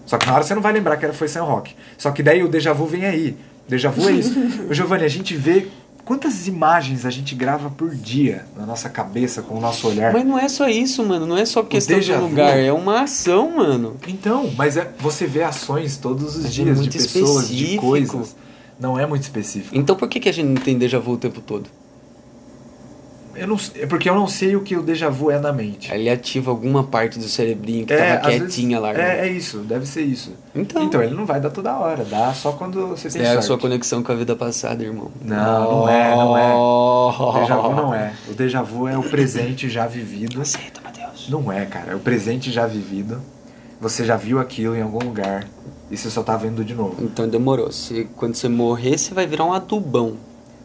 S2: Só que na hora você não vai lembrar que era foi São Roque. Só que daí o déjà vu vem aí. Déjà vu
S1: [LAUGHS]
S2: é isso. Ô, Giovanni, a gente vê quantas imagens a gente grava por dia na nossa cabeça com o nosso olhar.
S1: Mas não é só isso, mano. Não é só questão de
S2: déjà vu.
S1: lugar, é uma ação, mano.
S2: Então, mas é- você vê ações todos os
S1: Mas é
S2: dias de
S1: muito
S2: pessoas, de
S1: específico.
S2: coisas. Não é muito específico.
S1: Então por que, que a gente não tem déjà vu o tempo todo?
S2: Eu não, é porque eu não sei o que o déjà vu é na mente.
S1: Ele ativa alguma parte do cerebrinho que
S2: É,
S1: tava
S2: às
S1: quietinha
S2: vezes-
S1: lá. né?
S2: É, é isso, deve ser isso.
S1: Então,
S2: Então, ele não vai dar toda hora, dá só quando você tem
S1: é a
S2: sorte.
S1: sua conexão com a vida passada, irmão.
S2: Não, não é, não é. O déjà vu
S1: [LAUGHS]
S2: não
S1: é.
S2: é. O déjà vu é o presente já vivido.
S1: Aceita, tá, Matheus.
S2: Não é, cara. É o presente já vivido. Você já viu aquilo em algum lugar e você só tá vendo de novo.
S1: Então demorou. Se, quando você morrer, você vai virar um adubão.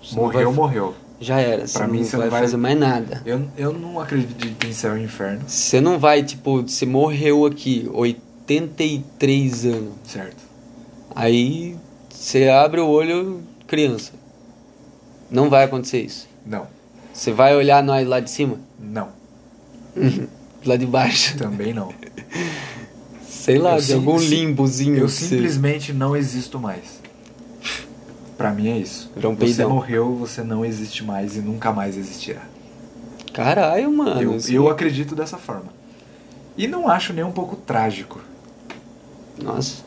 S1: Você não
S2: Morreu,
S1: vai-
S2: morreu.
S1: Já era. Você
S2: Pra
S1: não
S2: mim,
S1: vai
S2: você não vai-
S1: fazer mais nada.
S2: Eu, eu não acredito em céu e inferno,
S1: Você não vai, tipo, você morreu aqui 83 anos.
S2: certo?
S1: Aí você abre o olho, criança. Não vai acontecer isso.
S2: Não,
S1: Você vai olhar nós lá de cima?
S2: não.
S1: Lá de baixo? [LAUGHS]
S2: Também não.
S1: Hum, Sei lá,
S2: Eu
S1: de
S2: sim-
S1: algum
S2: sim-
S1: limbozinho.
S2: Eu
S1: que você-
S2: simplesmente não existo mais. Pra mim é isso.
S1: Virou um
S2: você
S1: peidão.
S2: morreu, você não existe mais e nunca mais existirá.
S1: Caralho, mano. assim,
S2: eu,
S1: Ah, isso-
S2: eu acredito dessa forma. E não acho nem um pouco trágico.
S1: Nossa,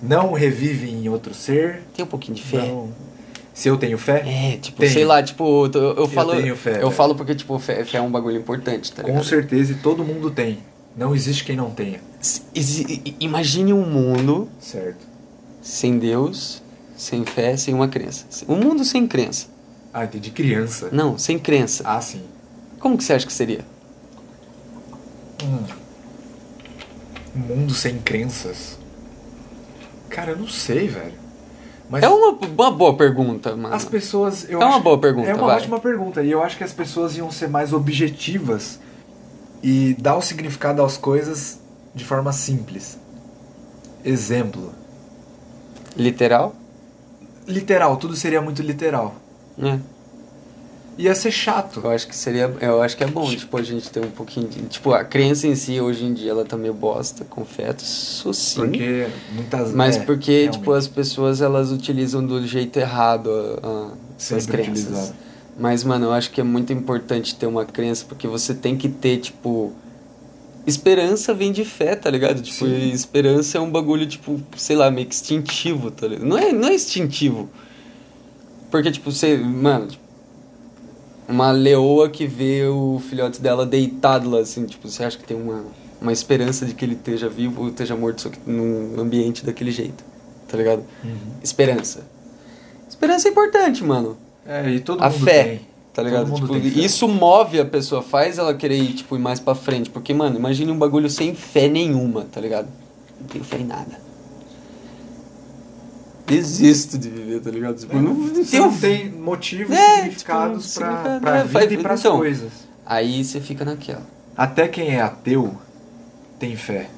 S2: Não revive em outro ser.
S1: tem um pouquinho de fé.
S2: Não. Se eu tenho fé,
S1: É, tipo,
S2: Tem.
S1: sei lá, tipo, eu, tô- eu falo.
S2: tenho
S1: eu
S2: fé, velho.
S1: falo porque, tipo, fé, fé é um bagulho importante, tá
S2: com
S1: ligado?
S2: certeza e todo mundo tem. Não existe quem não tenha.
S1: S- exi- i- Imagine um mundo
S2: Certo.
S1: sem Deus, sem fé, sem uma crença. Um mundo sem crença.
S2: Ah, entendi. Criança.
S1: Não, sem crença.
S2: Ah, sim.
S1: Como que você acha que seria?
S2: Hum. Um mundo sem crenças. Cara, eu não sei, velho. Mas
S1: É uma, uma boa pergunta, mano.
S2: as pessoas. Eu
S1: É uma
S2: acho-
S1: boa pergunta,
S2: É uma
S1: vai.
S2: ótima pergunta. E eu acho que as pessoas iam ser mais objetivas e dar o significado às coisas de forma simples. Exemplo.
S1: Literal?
S2: Literal, tudo seria muito literal. É.
S1: Né?
S2: Ia ser chato.
S1: Eu acho que seria. Eu acho que é bom, tipo, a gente ter um pouquinho de. Tipo, a crença em si hoje em dia ela tá meio bosta, confeto. Isso sim.
S2: Porque muitas
S1: Mas
S2: é,
S1: porque,
S2: realmente.
S1: tipo, as pessoas elas utilizam do jeito errado a- a- as
S2: Sempre
S1: crenças.
S2: utilizaram.
S1: Mas, mano, eu acho que é muito importante ter uma crença, porque você tem que ter, tipo. Esperança vem de fé, tá ligado? Tipo,
S2: Sim.
S1: e esperança é um bagulho, tipo, sei lá, meio que instintivo, tá ligado? Não é, não é instintivo. Porque, tipo, você. Mano, tipo, uma leoa que vê o filhote dela deitado lá, assim, tipo, você acha que tem uma, uma esperança de que ele esteja vivo ou esteja morto, só que num ambiente daquele jeito, tá ligado?
S2: Uhum.
S1: Esperança. Esperança é importante, mano.
S2: É, e todo
S1: a
S2: mundo
S1: fé,
S2: tem.
S1: tá
S2: Todo
S1: ligado?
S2: mundo
S1: Tipo,
S2: tem fé.
S1: isso move a pessoa, faz ela querer ir, tipo, ir mais pra frente. Porque, mano, imagine um bagulho sem fé nenhuma, tá ligado? Não tenho fé em nada. Desisto de viver, tá ligado? Tipo, não, não
S2: Você
S1: tenho
S2: não tem motivos
S1: É,
S2: significados
S1: tipo,
S2: pra,
S1: significado,
S2: pra
S1: é,
S2: vida
S1: faz-
S2: e pras
S1: então.
S2: coisas.
S1: Aí você fica naquela.
S2: Até quem é ateu tem fé.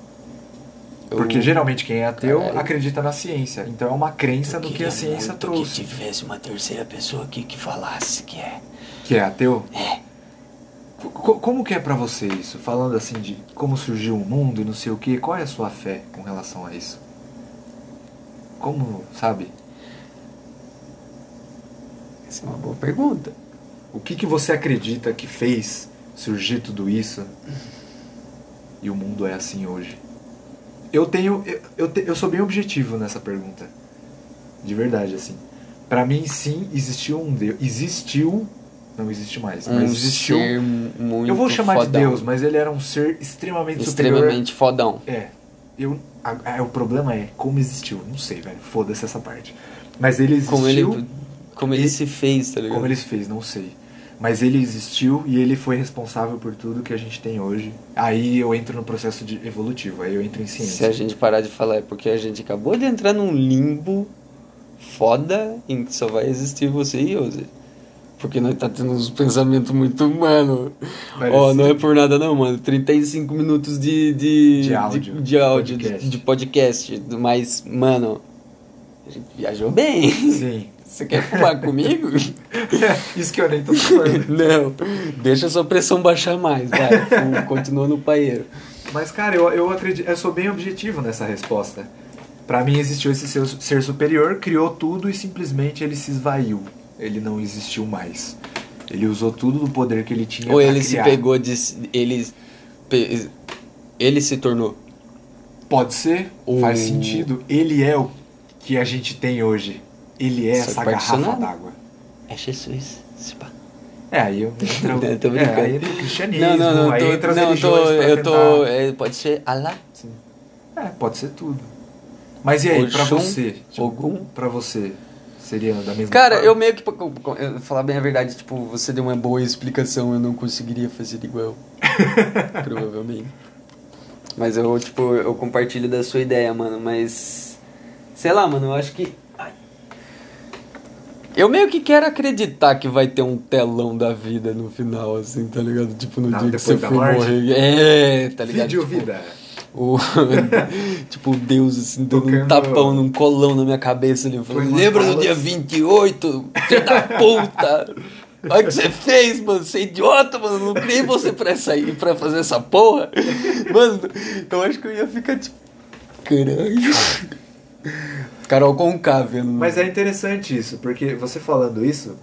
S1: Eu-
S2: Porque geralmente quem é ateu
S1: Caralho.
S2: acredita na ciência. Então é uma crença
S1: eu
S2: no que
S1: queria
S2: a ciência
S1: muito
S2: trouxe.
S1: Que tivesse uma terceira pessoa aqui que falasse que é.
S2: Que é ateu? Co- co- Como que é pra você isso? Falando assim de como surgiu o mundo e não sei o que, qual é a sua fé com relação a isso? Como, sabe?
S1: Essa é uma boa pergunta.
S2: O que, que você acredita que fez surgir tudo isso? E o mundo é assim hoje. Eu tenho. Eu, eu, te- eu sou bem objetivo nessa pergunta. De verdade, assim. Pra mim, sim, existiu um Deus. Existiu. Não existe mais.
S1: Um
S2: mas existiu.
S1: ser muito
S2: Eu vou chamar de
S1: fodão.
S2: Deus, mas ele era um ser extremamente, superior.
S1: Extremamente fodão.
S2: É. Eu, a- a- o problema é como existiu. Não sei, velho. Foda-se essa parte. Mas ele existiu.
S1: Como ele, como ele
S2: e-
S1: se fez, tá ligado?
S2: Como ele se fez, não sei. Mas ele existiu e ele foi responsável por tudo que a gente tem hoje. Aí eu entro no processo de evolutivo, aí eu entro em
S1: Se a
S2: ciência.
S1: gente parar de falar é porque a gente acabou de entrar num limbo foda em que só vai existir você e eu. Zé. Porque nós tá tendo uns pensamentos muito humano.
S2: Parece-
S1: Ó, não é por nada não, mano. 35 minutos de de,
S2: De áudio.
S1: de, de áudio, de-
S2: Podcast.
S1: de podcast, mas mano, a gente viajou bem. [LAUGHS]
S2: Sim. [LAUGHS]
S1: Você quer fumar comigo?
S2: Isso que eu nem tô falando.
S1: não. Deixa a sua pressão baixar mais, vai. Fu- Continua no paeiro.
S2: Mas, cara, eu, eu acredito. Eu sou bem objetivo nessa resposta. Pra mim existiu esse seu- ser superior, criou tudo e simplesmente ele se esvaiu. Ele não existiu mais. Ele usou tudo do poder que ele tinha.
S1: Ou
S2: pra
S1: ele se
S2: criar.
S1: pegou de. Ele, pe- ele se tornou.
S2: Pode ser,
S1: O-
S2: faz sentido. Ele é o que a gente tem hoje. Ele é
S1: Só que
S2: essa
S1: particionado.
S2: garrafa d'água.
S1: É Jesus. se pá.
S2: É,
S1: [LAUGHS]
S2: aí eu entro.
S1: Eu tô brincando.
S2: é, aí entra o cristianismo,
S1: Não, não, não.
S2: aí
S1: Tô,
S2: entra as
S1: não,
S2: religiões
S1: tô,
S2: pra
S1: eu tô.
S2: tentar-
S1: é, pode ser Alá.
S2: Sim. É, pode ser tudo. Mas e aí, pra
S1: Oxum,
S2: você? Tipo,
S1: Ogum.
S2: Pra você, seria da mesma
S1: Cara,
S2: forma?
S1: eu meio que. eu- Falar bem a verdade, tipo, você deu uma boa explicação, eu não conseguiria fazer
S2: [LAUGHS]
S1: igual. provavelmente. Mas eu, tipo, eu compartilho da sua ideia, mano, mas. Sei lá, mano, eu acho que. Ai. Eu meio que quero acreditar que vai ter um telão da vida no final, assim, tá ligado? Tipo, no
S2: Não,
S1: dia que
S2: depois
S1: você
S2: da
S1: for
S2: morte?
S1: morrer. É, tá ligado?
S2: Vídeo
S1: Tipo,
S2: vida.
S1: o, [LAUGHS] tipo, Deus assim, dando um
S2: Tocando-
S1: tapão num colão na minha cabeça ali. Falando,
S2: Foi
S1: Lembra
S2: uma
S1: do
S2: bala.
S1: dia 28? Filho da puta! Olha o que você fez, mano. Você é idiota, mano. Não criei você pra sair, pra fazer essa porra. Mano, eu acho que eu ia ficar tipo. Caralho. Carol com K vendo. né?
S2: Mas é interessante isso, porque você falando isso,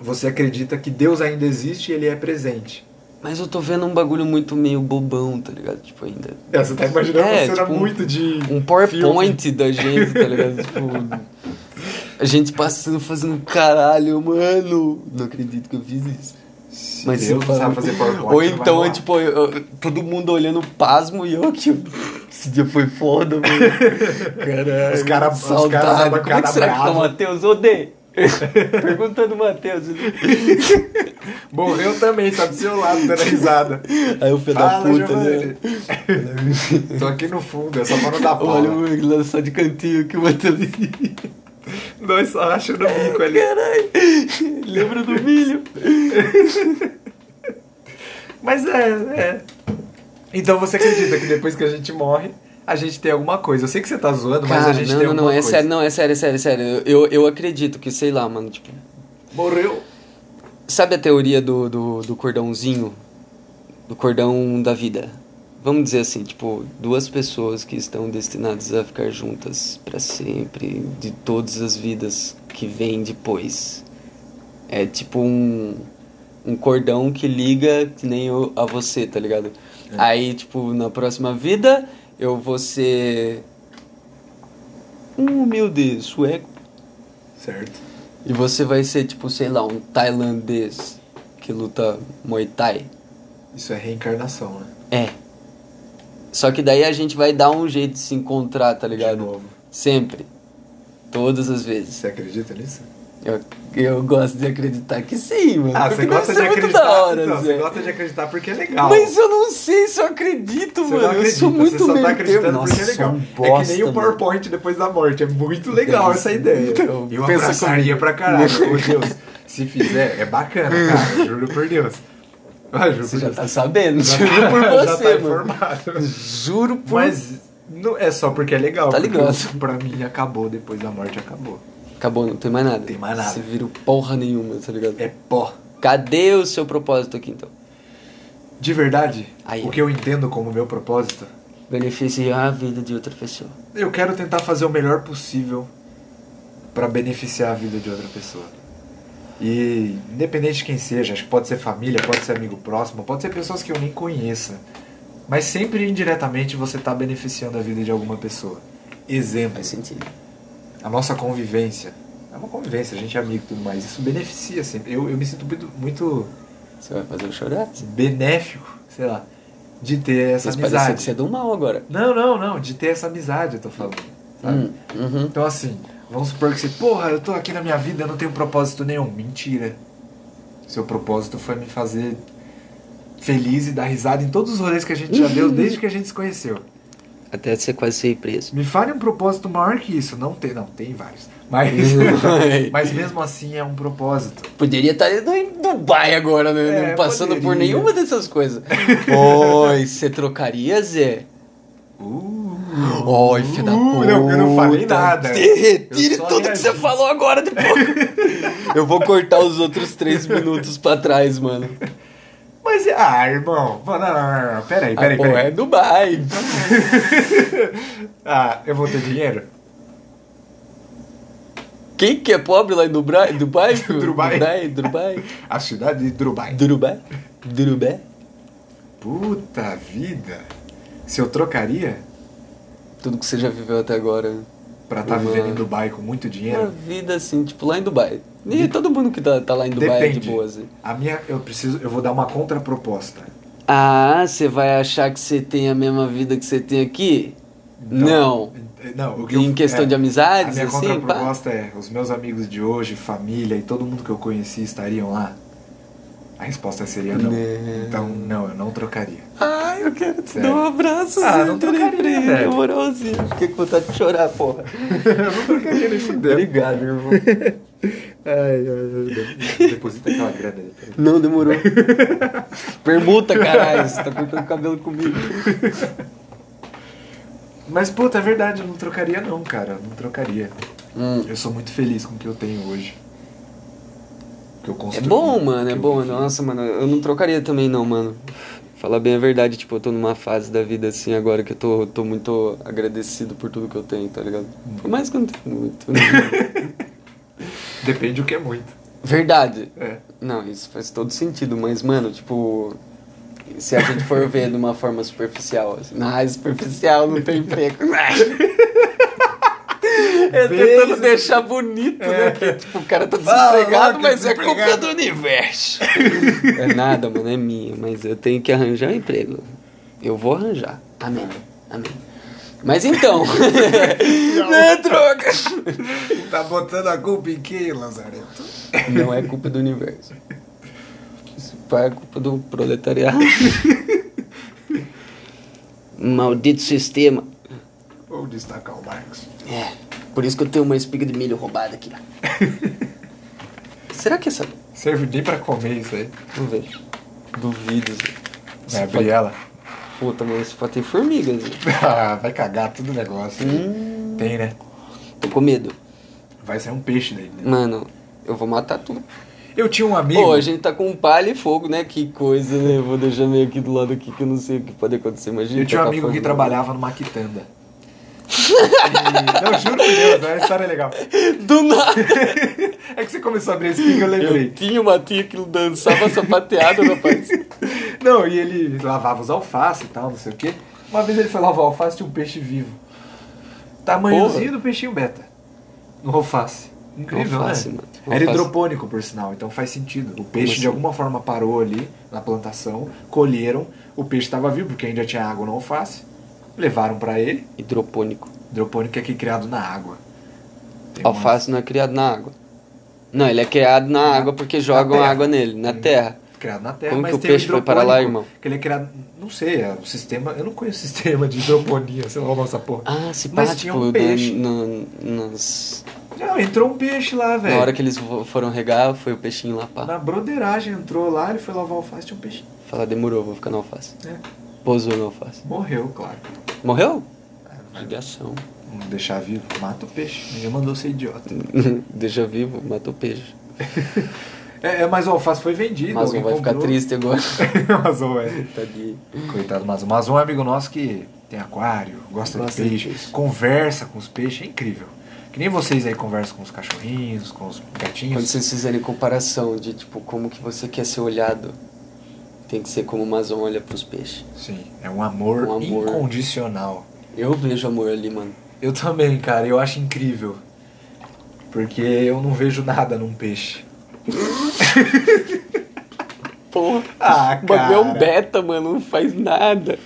S2: você acredita que Deus ainda existe e ele é presente.
S1: Mas eu tô vendo um bagulho muito meio bobão, tá ligado? Tipo, ainda.
S2: É, você tá imaginando
S1: É,
S2: uma cena
S1: tipo,
S2: muito de.
S1: um PowerPoint da gente, tá [LAUGHS] ligado? tipo, a gente passando, fazendo caralho, mano. Não acredito que eu fiz isso.
S2: Se
S1: Mas
S2: Deus
S1: se
S2: não
S1: fala-
S2: sabe fazer PowerPoint.
S1: [LAUGHS] Ou
S2: não vai
S1: então, é,
S2: rolar.
S1: tipo, eu- eu- todo mundo olhando pasmo e eu aqui. Esse dia foi foda, mano. [LAUGHS] Caralho.
S2: Os cara- os
S1: saudade.
S2: caras na
S1: Como é que
S2: bancada
S1: será que tá o
S2: bravo.
S1: Matheus? [LAUGHS] Odeio. Perguntando o Matheus.
S2: Bom, eu também, tá do seu lado, dando risada.
S1: Aí o filho da
S2: Fala,
S1: puta,
S2: Giovanni.
S1: né?
S2: Tô aqui no fundo, é só pra não dar pau.
S1: Olha o lançar de cantinho que o Matheus. [LAUGHS]
S2: Nós só achando o bico ali.
S1: Caralho. Lembra do milho?
S2: Mas é, é. Então você acredita que depois que a gente morre, a gente tem alguma coisa. Eu sei que você tá zoando, mas a
S1: Cara,
S2: gente
S1: não,
S2: tem
S1: não,
S2: alguma
S1: não, é
S2: coisa.
S1: sério, não, é sério, é sério, é sério. Eu, eu acredito que, sei lá, mano, tipo.
S2: Morreu.
S1: Sabe a teoria do, do, do cordãozinho? Do cordão da vida. Vamos dizer assim, tipo, duas pessoas que estão destinadas a ficar juntas pra sempre, de todas as vidas que vêm depois. É tipo um, um cordão que liga que nem eu a você, tá ligado? Aí, tipo, na próxima vida, eu vou ser um humilde sueco.
S2: Certo.
S1: E você vai ser, tipo, sei lá, um tailandês que luta Muay Thai.
S2: Isso é reencarnação, né?
S1: É. Só que daí a gente vai dar um jeito de se encontrar, tá ligado?
S2: De novo.
S1: Sempre. Todas as vezes.
S2: Você acredita nisso?
S1: Eu, eu gosto de acreditar que sim, mano.
S2: Ah,
S1: porque
S2: você
S1: deve ser
S2: gosta de
S1: muito
S2: acreditar.
S1: da hora,
S2: então,
S1: Zé.
S2: você gosta de acreditar porque é legal.
S1: Mas eu não sei se eu acredito,
S2: Você
S1: mano.
S2: não
S1: eu sou
S2: acredita,
S1: muito
S2: você só
S1: meio termo.
S2: tá acreditando
S1: Nossa,
S2: porque é legal.
S1: sou um bosta,
S2: é que nem o
S1: mano.
S2: PowerPoint depois da morte. É muito legal
S1: Deve
S2: essa
S1: ser.
S2: ideia.
S1: Então,
S2: eu
S1: pensa
S2: abraçaria
S1: comigo.
S2: pra caralho. Ô Deus, se fizer, é bacana,
S1: [LAUGHS]
S2: cara. Juro por Deus. Ah, juro
S1: Você
S2: por
S1: já
S2: Deus.
S1: tá sabendo.
S2: Já
S1: Juro por
S2: tá- [LAUGHS] já
S1: você,
S2: tá
S1: mano.
S2: informado.
S1: Juro por
S2: Mas não é só porque é legal.
S1: Tá
S2: porque
S1: ligado.
S2: Pra mim, acabou. Depois da morte, acabou.
S1: Acabou, não tem mais nada.
S2: Tem mais nada.
S1: Você vira porra nenhuma, tá ligado?
S2: É pó.
S1: Cadê o seu propósito aqui então?
S2: De verdade,
S1: Aí. é.
S2: o que eu entendo como meu propósito,
S1: Beneficiar a vida de outra pessoa.
S2: eu quero tentar fazer o melhor possível pra beneficiar a vida de outra pessoa. E independente de quem seja, acho que pode ser família, pode ser amigo próximo, pode ser pessoas que eu nem conheça. Mas sempre indiretamente você está beneficiando a vida de alguma pessoa. Exemplo,
S1: Faz sentido.
S2: a nossa convivência. É uma convivência, a gente é amigo e tudo mais. Isso beneficia sempre. Eu, eu me sinto muito, muito
S1: Você vai fazer um eu chorar?
S2: benéfico, sei lá, de ter essa
S1: Mas pareceu que
S2: amizade.
S1: você é do mal agora.
S2: Não, não, não, de ter essa amizade, eu tô falando. sabe?
S1: Hum, uhum.
S2: Então assim, vamos supor que você, porra, eu tô aqui na minha vida, eu não tenho propósito nenhum. Mentira. Seu propósito foi me fazer feliz e dar risada em todos os rolês que a gente já deu
S1: Uhum.
S2: desde que a gente se conheceu.
S1: Até você quase ser preso.
S2: Me fale um propósito maior que isso. Não tem, não, tem vários.
S1: [LAUGHS]
S2: Mas, mas mesmo assim é um propósito.
S1: Poderia estar em Dubai agora, né?
S2: É,
S1: não passando por
S2: poderia.
S1: nenhuma dessas
S2: [LAUGHS]
S1: coisas. Oi, você trocaria, Zé?
S2: Uh,
S1: Oi, filho da
S2: Uh,
S1: puta.
S2: não, eu não falei nada.
S1: Te retire
S2: Eu só
S1: tudo que você
S2: reagi.
S1: falou agora
S2: [LAUGHS]
S1: depois. eu vou cortar os outros três minutos pra trás, mano.
S2: Mas, ah, irmão, não, não, não, não, não. peraí,
S1: Ah,
S2: peraí,
S1: pô,
S2: peraí.
S1: é Dubai.
S2: [LAUGHS] Ah, eu vou ter dinheiro?
S1: Quem que é pobre lá em Dubai? Dubai? filho?
S2: [LAUGHS] Dubai.
S1: Dubai, Dubai.
S2: A cidade de Dubai.
S1: Durubai? Durubé?
S2: Puta vida! Se eu trocaria
S1: Tudo que você já viveu até agora.
S2: pra estar
S1: Uma-
S2: vivendo em Dubai com muito
S1: Uma
S2: dinheiro,
S1: vida assim, tipo, lá em Dubai. E todo mundo que tá, tá lá em Dubai é de
S2: Depende.
S1: boa, assim.
S2: a minha. Eu preciso. Eu vou dar uma contraproposta.
S1: Ah, você vai achar que você tem a mesma vida que você tem aqui? Não.
S2: Eh, Não, o que
S1: Em
S2: eu-
S1: questão
S2: é,
S1: de
S2: A
S1: amizades,
S2: minha
S1: assim, pá?
S2: contraproposta é: os meus amigos de hoje, família e todo mundo que eu conheci estariam lá? A resposta seria não.
S1: Não.
S2: Então, não, eu
S1: [LAUGHS]
S2: não trocaria.
S1: Ah, eu quero te
S2: É.
S1: dar um abraço,
S2: Ah,
S1: Zé,
S2: não
S1: tô
S2: trocaria,
S1: lembrando,
S2: velho.
S1: na moralzinha. Fiquei com vontade de chorar,
S2: [LAUGHS]
S1: porra.
S2: eu não trocaria nem fudeu.
S1: Obrigado, irmão.
S2: Ai, ai, ai. Deposita aquela grana aí. peraí.
S1: Não, demorou. [LAUGHS] Permuta, caralho. Você tá cortando cabelo comigo.
S2: Mas, puta, é verdade, eu não trocaria, não, cara. Eu não trocaria.
S1: Hum.
S2: Eu sou muito feliz com o que eu tenho hoje. O Que eu
S1: É
S2: construí.
S1: bom, mano, é
S2: que eu
S1: bom.
S2: vivi.
S1: Nossa, mano, eu não trocaria também não, mano. Falar bem a verdade, tipo, eu tô numa fase da vida assim agora que eu tô, tô muito agradecido por tudo que eu tenho, tá ligado? Por mais que eu não tenha [LAUGHS] muito. né?
S2: Depende o que é muito.
S1: verdade.
S2: É.
S1: Não, isso faz todo sentido, mas, mano, tipo. Se a gente for ver de uma forma superficial, assim, na superficial não tem emprego. né? [LAUGHS] É tentando
S2: Beijo.
S1: deixar bonito, né?
S2: É.
S1: Que, tipo, o cara tá
S2: Fala
S1: desempregado,
S2: logo,
S1: mas é
S2: desempregado.
S1: culpa do universo. É nada, mano, é minha, mas eu tenho que arranjar um emprego. Eu vou arranjar. Amém. Amém. Mas então. [LAUGHS] né, droga?
S2: [LAUGHS] Tá botando a culpa em quem, Lazareto?
S1: Não é culpa do universo. Isso pá, é culpa do proletariado. [LAUGHS] Maldito sistema.
S2: Vou destacar o Marcos.
S1: É, por isso que eu tenho uma espiga de milho roubada aqui. ó. Será que essa.
S2: Serve nem pra comer isso aí.
S1: Vamos ver. Duvido. Zé.
S2: É, Briela.
S1: Puta, mano, esse pode ter né? formigas. Zé.
S2: [LAUGHS] Ah, Vai cagar tudo o negócio. Tem, né?
S1: Tô com medo.
S2: Vai sair um peixe daí. né?
S1: Mano, eu vou matar tudo.
S2: Eu tinha um amigo.
S1: Pô, a gente tá com palha e fogo, né? Que coisa, né? Eu Vou deixar meio aqui do lado aqui que eu não sei o que pode acontecer. Imagina.
S2: Eu tinha um
S1: tacar
S2: amigo
S1: fogo
S2: que
S1: no-
S2: trabalhava numa [LAUGHS] quitanda. E- Não, juro por Deus, é uma história legal. [LAUGHS]
S1: Do nada!
S2: É que você começou a abrir a espinha, eu lembrei.
S1: Eu tinha uma tia que dançava sapateado, rapaz.
S2: Não, e ele lavava os alfaces e tal, não sei o quê. Uma vez ele foi lavar o alface tinha um peixe vivo. Tamanhozinho do peixinho beta. No alface. Incrível,
S1: Alface,
S2: né?
S1: mano.
S2: Era
S1: Alface.
S2: hidropônico, por sinal, então faz sentido. O peixe
S1: assim?
S2: de alguma forma parou ali na plantação, colheram, o peixe estava vivo porque ainda tinha água no alface, levaram pra ele.
S1: Hidropônico.
S2: Hidropônico é aqui criado na água. Tem umas-
S1: Alface não é criado na água. Não, ele é criado na água porque jogam
S2: terra.
S1: água nele, na terra.
S2: criado na terra,
S1: Como
S2: mas
S1: que o
S2: tem o
S1: peixe foi para lá,
S2: hidropônico,
S1: irmão?
S2: Que ele é criado, não sei, é um sistema, eu não conheço [LAUGHS] sistema de hidroponia, sei lá, o nossa porra.
S1: Ah, se pá,
S2: Mas tinha
S1: tipo,
S2: um
S1: na-
S2: peixe.
S1: na- nas-
S2: Não, entrou um peixe lá,
S1: na hora
S2: velho.
S1: que eles vo- foram regar, foi o peixinho lá, pá.
S2: Na broderagem entrou lá, ele foi lavar o alface, tinha um peixe.
S1: Fala, demorou, vou ficar na alface.
S2: né?
S1: Pousou na alface.
S2: Morreu, claro.
S1: Morreu? [LAUGHS] Judiação.
S2: Não deixar vivo, mata o peixe. Ninguém mandou ser idiota.
S1: Deixa vivo, matou o peixe.
S2: É, é, mas o alface foi vendido.
S1: Mas
S2: alguém
S1: vai ficar
S2: comprou.
S1: triste
S2: [LAUGHS]
S1: agora.
S2: Mazon, é.
S1: Tadinho.
S2: Coitado do Mazon. Mazon é um amigo nosso que tem aquário, gosta,
S1: Gosta
S2: de,
S1: de
S2: peixe,
S1: peixe.
S2: conversa com os peixes, é incrível. Que nem vocês aí conversam com os cachorrinhos, com os
S1: Quando
S2: gatinhos.
S1: vocês fizerem comparação de tipo como que você quer ser olhado, tem que ser como o Amazon olha pros peixes.
S2: Sim, é um amor,
S1: Um amor.
S2: incondicional.
S1: Eu vejo amor ali, mano.
S2: Eu também, cara, eu acho incrível. Porque eu não vejo nada num peixe.
S1: Porra.
S2: Ah,
S1: O bagulho é um
S2: cara.
S1: beta, mano, não faz nada.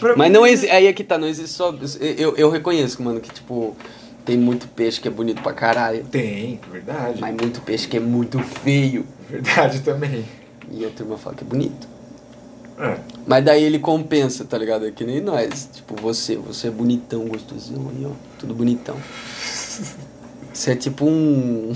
S2: Pra
S1: Mas
S2: mim-
S1: não existe. Aí é que tá, não existe só. Eu, eu reconheço, mano, que tipo, tem muito peixe que é bonito pra caralho.
S2: Tem, verdade.
S1: Mas muito peixe que é muito feio.
S2: Verdade também.
S1: E a turma fala que é bonito.
S2: É.
S1: Mas daí ele compensa, tá ligado? É que nem nós. Tipo, você, você é bonitão, gostosão aí, ó. Tudo
S2: [LAUGHS]
S1: bonitão. Você é tipo um.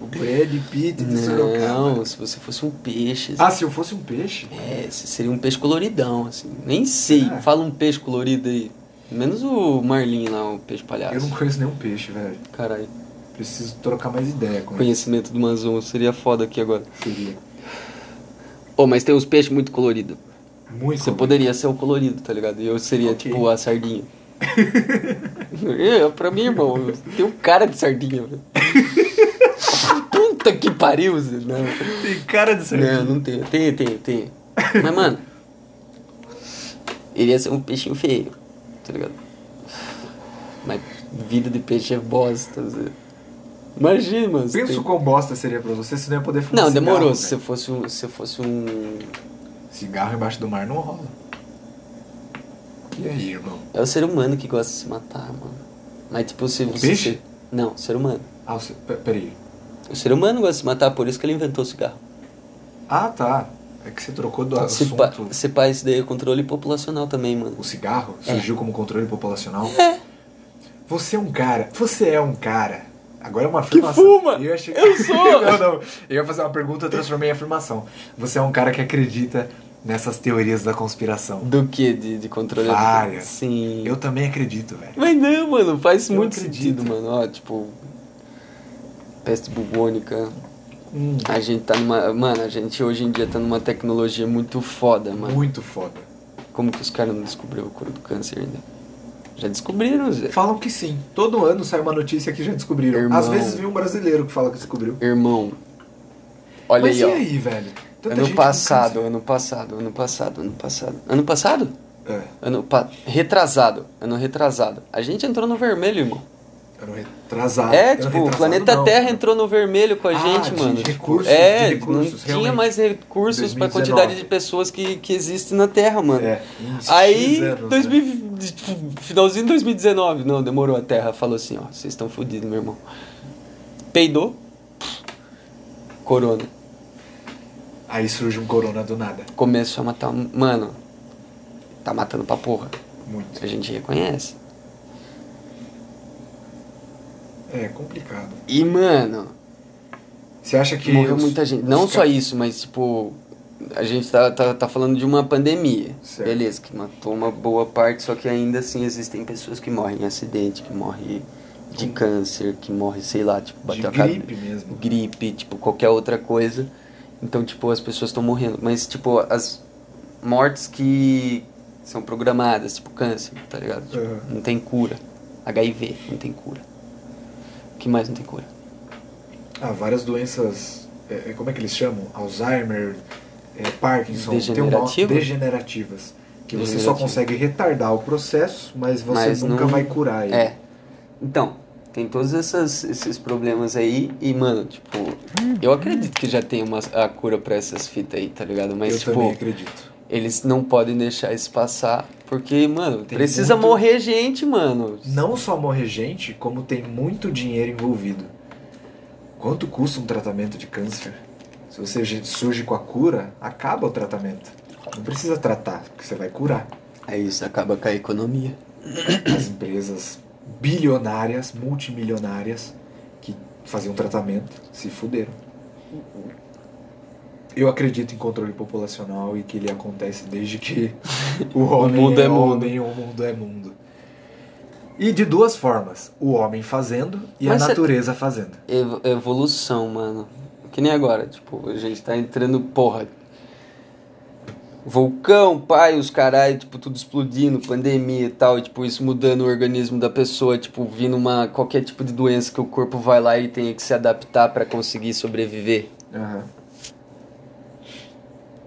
S2: O Brad Pitt de Sorocaba.
S1: Não, se você fosse um peixe.
S2: né? Ah, se eu fosse um peixe?
S1: É, se- seria um peixe coloridão, assim. Nem sei.
S2: Ah.
S1: Fala um peixe colorido aí. Menos o Marlin lá, o peixe
S2: Eu
S1: palhaço.
S2: não conheço nenhum peixe, velho.
S1: Caralho.
S2: Preciso trocar mais ideia com ele.
S1: Conhecimento do Manzon seria foda aqui agora.
S2: Seria
S1: Ô, mas tem uns peixes muito coloridos.
S2: muito.
S1: Você poderia ser o colorido, tá ligado? E eu seria,
S2: Ok.
S1: tipo, a sardinha. [LAUGHS] é, pra mim, irmão, eu tenho cara de sardinha,
S2: [LAUGHS]
S1: velho. Puta que pariu, Zé. Não.
S2: Tem cara de
S1: Não, não tenho. Tem, tem, tem. Mas, mano, ele ia ser um peixinho feio, tá ligado? Mas vida de peixe é bosta. Zé. Imagina, mano. você
S2: Pensa
S1: tem-
S2: o quão bosta seria pra você se não ia poder fumar
S1: Não,
S2: cigarro,
S1: demorou.
S2: velho.
S1: Se eu fosse um. Se eu fosse um.
S2: Cigarro embaixo do mar não rola. E aí, irmão?
S1: É o ser humano que gosta de se matar, mano. Mas tipo, se você.
S2: peixe?
S1: ser- Não, ser humano.
S2: Ah, você... pe- peraí.
S1: O ser humano gosta de se matar, por isso que ele inventou o cigarro.
S2: Ah, tá. É que você trocou do
S1: Se
S2: assunto.
S1: pá, se pá, isso daí é controle populacional também, mano.
S2: O cigarro
S1: É.
S2: surgiu como controle populacional? Você é um cara. Você é um cara. Agora é uma afirmação.
S1: fuma!
S2: Eu, achei...
S1: Eu sou!
S2: [LAUGHS] não, não. Eu ia fazer uma pergunta, eu transformei em afirmação. Você é um cara que acredita nessas teorias da conspiração.
S1: Do que? De, de controle
S2: Várias.
S1: Sim.
S2: Eu também acredito, velho.
S1: Mas não, mano, faz
S2: Eu
S1: muito
S2: acredito.
S1: sentido, mano. Ó, tipo. Peste bubônica.
S2: Hum,
S1: A gente tá numa. Mano, a gente hoje em dia tá numa tecnologia muito foda, mano.
S2: muito foda.
S1: Como que os caras não descobriram a cura do câncer ainda? Já descobriram, Zé.
S2: Falam que sim. Todo ano sai uma notícia que já descobriram.
S1: Irmão.
S2: Às vezes vem um brasileiro que fala que descobriu.
S1: Irmão. Olha
S2: Mas
S1: aí,
S2: e
S1: ó.
S2: aí, velho? Tanta gente
S1: Ano
S2: com
S1: passado, ano passado, ano passado, ano passado. Ano passado?
S2: câncer.
S1: Ano pa... retrasado. Ano retrasado. A gente entrou no vermelho, irmão.
S2: É, ano retrasado.
S1: É,
S2: ano
S1: tipo, o
S2: retrasado
S1: planeta
S2: não. né?
S1: Terra entrou no vermelho com a
S2: Ah,
S1: gente,
S2: de
S1: mano. Tipo,
S2: recursos,
S1: é,
S2: de recursos,
S1: não tinha
S2: realmente.
S1: mais recursos pra
S2: 2019.
S1: quantidade de pessoas que, que existe na Terra, mano.
S2: É, em X
S1: Aí,
S2: anos, né?
S1: 2000, tipo, finalzinho de 2019, não, demorou a Terra, falou assim, ó, vocês estão fodidos, meu irmão. Peidou, corona,
S2: Aí surge um corona do nada.
S1: começou a matar, um, mano, tá matando pra porra,
S2: Muito.
S1: a gente reconhece.
S2: É complicado.
S1: E, mano,
S2: Você acha que.
S1: morreu
S2: os-
S1: muita gente.
S2: os
S1: Não
S2: ca-
S1: só isso, mas tipo. A gente tá, tá, tá falando de uma pandemia.
S2: Certo.
S1: Beleza, que matou uma boa parte, só que ainda assim existem pessoas que morrem em acidente, que morrem de
S2: De-
S1: câncer, que morrem, sei lá, tipo,
S2: De
S1: bateu a cabeça.
S2: gripe mesmo.
S1: Gripe, tipo, qualquer outra coisa. Então, tipo, as pessoas estão morrendo. Mas, tipo, as mortes que são programadas, tipo, câncer, tá ligado? Tipo,
S2: Aham.
S1: Não tem cura. HIV, não tem cura. O que mais não tem cura?
S2: Ah, várias doenças. é, é, como é que eles chamam? Alzheimer, é, Parkinson. Tem um nome-
S1: Degenerativo?
S2: degenerativas. Que você só
S1: Degenerativo.
S2: consegue retardar o processo, mas você
S1: Mas
S2: nunca
S1: não-
S2: vai curar ele.
S1: É. Então, tem todos essas- esses problemas aí e, mano, tipo, eu acredito que já tem uma, a cura pra essas fitas aí, tá ligado? Mas,
S2: Eu
S1: tipo,
S2: também acredito.
S1: eles não podem deixar isso passar porque, mano,
S2: Tem
S1: precisa
S2: muito-
S1: morrer gente, mano.
S2: Não só morre gente, como tem muito dinheiro envolvido. Quanto custa um tratamento de câncer? Se você ge- surge com a cura, acaba o tratamento. Não precisa tratar, porque você vai curar.
S1: Aí isso acaba com a economia.
S2: As empresas bilionárias, multimilionárias, que faziam tratamento, se fuderam. Eu acredito em controle populacional e que ele acontece desde que o homem
S1: mundo é mundo.
S2: homem, o mundo é mundo. E de duas formas, o homem fazendo e
S1: Mas
S2: a
S1: cê-
S2: natureza fazendo.
S1: Ev- evolução, mano. Que nem agora, tipo, a gente tá entrando, porra. vulcão, pai, os caralho, tipo, tudo explodindo, pandemia e tal, e, tipo, isso mudando o organismo da pessoa, tipo, vindo uma qualquer tipo de doença que o corpo vai lá e tem que se adaptar pra conseguir sobreviver.
S2: Aham.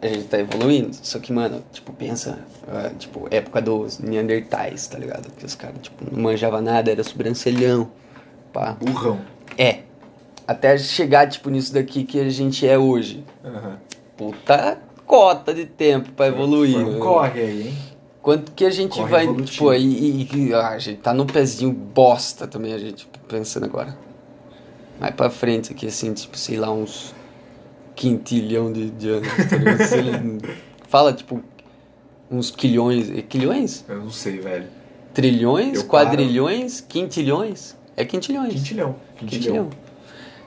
S1: A gente tá evoluindo, só que, mano, tipo, pensa, ah, tipo, época dos Neandertais, tá ligado? Que os caras, tipo, não manjava nada, era sobrancelhão, pá.
S2: Burrão.
S1: É, até chegar, tipo, nisso daqui que a gente é hoje.
S2: Aham.
S1: Puta cota de tempo pra evoluir.
S2: Foi um
S1: né?
S2: Corre aí, hein?
S1: Quanto que a gente
S2: Corre
S1: vai.
S2: evolutivo.
S1: Tipo, aí. e- e- ah, a gente tá num pezinho bosta também, a gente, tipo, pensando agora. Mais pra frente aqui, assim, tipo, sei lá, uns quintilhão de, de anos. tá ligado? Sei lá,
S2: [LAUGHS]
S1: fala, tipo, uns quilhões. é Quilhões?
S2: Eu não sei, velho.
S1: Trilhões?
S2: Eu paro.
S1: quadrilhões? Quintilhões? É quintilhões.
S2: Quintilhão.
S1: Quintilhão.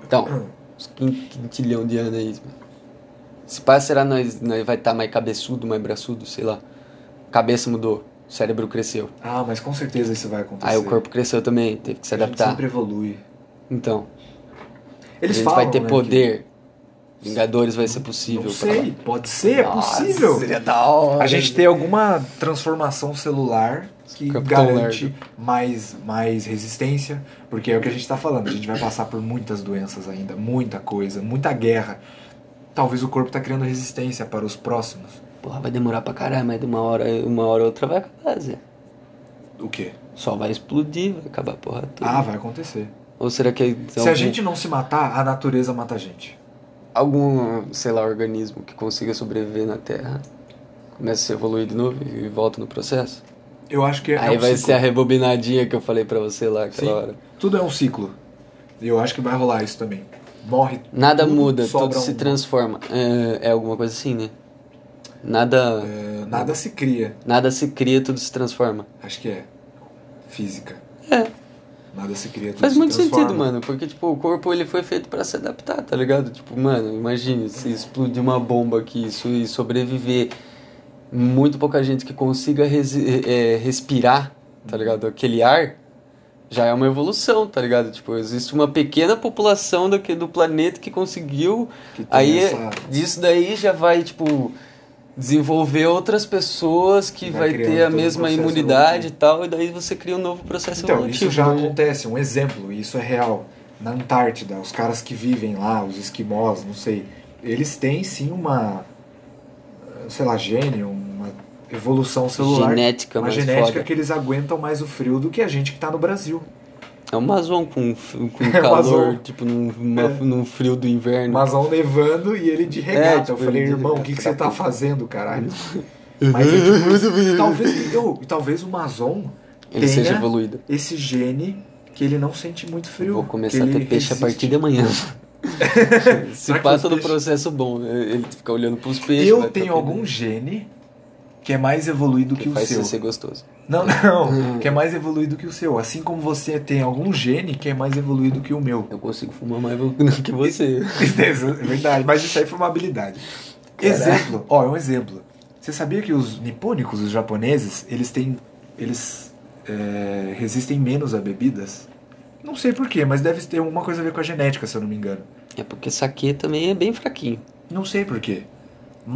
S1: Então, uns quin- quintilhão de anos aí, mano. Se pá, será nós, nós vai estar mais cabeçudo, mais braçudo, sei lá. Cabeça mudou, cérebro cresceu.
S2: Ah, mas com certeza isso vai acontecer.
S1: Aí o corpo cresceu também, teve que se
S2: A gente
S1: adaptar.
S2: sempre evolui.
S1: Então,
S2: Eles
S1: a gente
S2: falam,
S1: vai ter
S2: né,
S1: poder. Vingadores vai ser
S2: que-
S1: possível.
S2: Não
S1: pra lá.
S2: sei, pode ser, é
S1: Nossa,
S2: possível.
S1: Seria da hora.
S2: A gente tem alguma transformação celular que
S1: Capitão
S2: garante mais, mais resistência, porque é o que a gente está falando, a gente vai passar por muitas doenças ainda, muita coisa, muita guerra. Talvez o corpo está criando resistência para os próximos.
S1: Porra, vai demorar pra caralho, mas de uma hora, uma hora ou outra vai acabar, Zé.
S2: O quê?
S1: Só vai explodir, vai acabar a porra toda.
S2: Ah, vai acontecer.
S1: Ou será que.
S2: Se a gente não se matar, a natureza mata a gente.
S1: algum, sei lá, organismo que consiga sobreviver na Terra começa a se evoluir de novo e volta no processo.
S2: Eu acho que é
S1: Aí
S2: um
S1: vai
S2: ciclo.
S1: ser a rebobinadinha que eu falei pra você lá aquela
S2: Sim.
S1: hora.
S2: Tudo é um ciclo. E eu acho que vai rolar isso também. Morre.
S1: Nada
S2: tudo,
S1: muda, tudo
S2: sobra
S1: se
S2: um-
S1: transforma. É, é alguma coisa assim, né? Nada,
S2: É, nada se cria.
S1: nada se cria, tudo se transforma.
S2: Acho que é. Física.
S1: É,
S2: Nada se cria, tudo
S1: faz
S2: se
S1: muito
S2: transforma.
S1: sentido, mano, porque tipo, o corpo ele foi feito pra se adaptar, tá ligado? Tipo, mano, imagine se explodir uma bomba aqui isso e sobreviver. Muito pouca gente que consiga resi- é, respirar, tá ligado? Aquele ar já é uma evolução, tá ligado? Tipo, existe uma pequena população do, do planeta que conseguiu
S2: Que tem
S1: Aí é
S2: essa-
S1: disso daí já vai, tipo, desenvolver outras pessoas que
S2: Vai
S1: vai,
S2: criando
S1: ter a
S2: todo um
S1: mesma
S2: processo
S1: imunidade e tal, e daí você cria um novo processo
S2: Então,
S1: evolutivo.
S2: isso já
S1: né?
S2: acontece, um exemplo, e isso é real. Na Antártida, os caras que vivem lá, os esquimós, não sei, eles têm sim uma, sei lá, gênio, uma evolução celular,
S1: Genética
S2: uma
S1: mais
S2: genética
S1: foda.
S2: que eles aguentam mais o frio do que a gente que tá no Brasil.
S1: É um mazão com, f-
S2: [LAUGHS]
S1: com
S2: É um
S1: calor,
S2: mazão.
S1: tipo, num, uma-
S2: É.
S1: num frio do inverno.
S2: Mas vão nevando e ele de regata.
S1: tipo,
S2: Eu falei,
S1: ele de
S2: irmão, o
S1: regata, Uhum.
S2: que, que
S1: tá
S2: você tá
S1: bom." [LAUGHS]
S2: fazendo, caralho? Mas é tipo isso. talvez, eu, talvez o Mazon
S1: Ele
S2: tenha
S1: seja evoluído.
S2: esse gene que ele não sente muito frio.
S1: Vou
S2: que
S1: começar a
S2: ele
S1: ter peixe a
S2: resiste.
S1: partir de
S2: [LAUGHS]
S1: amanhã.
S2: Será
S1: Se
S2: que
S1: passa
S2: os
S1: do
S2: peixes-
S1: processo bom, né? ele fica olhando pros peixes.
S2: Eu
S1: vai
S2: tenho
S1: pra-
S2: algum gene que é mais evoluído que,
S1: que
S2: o
S1: faz
S2: seu.
S1: você ser gostoso.
S2: Não,
S1: [LAUGHS]
S2: não. que é mais evoluído que o seu. Assim como você tem algum gene que é mais evoluído que o
S1: [LAUGHS]
S2: meu.
S1: Eu consigo fumar mais [LAUGHS] do que você.
S2: Isso é verdade, mas isso aí foi uma habilidade. Exemplo, ó, é um exemplo. Você sabia que os nipônicos, os japoneses, eles têm. Eles é, resistem menos a bebidas? Não sei porquê, mas deve ter alguma coisa a ver com a genética, se eu não me engano.
S1: É porque saque também é bem fraquinho.
S2: Não sei porquê.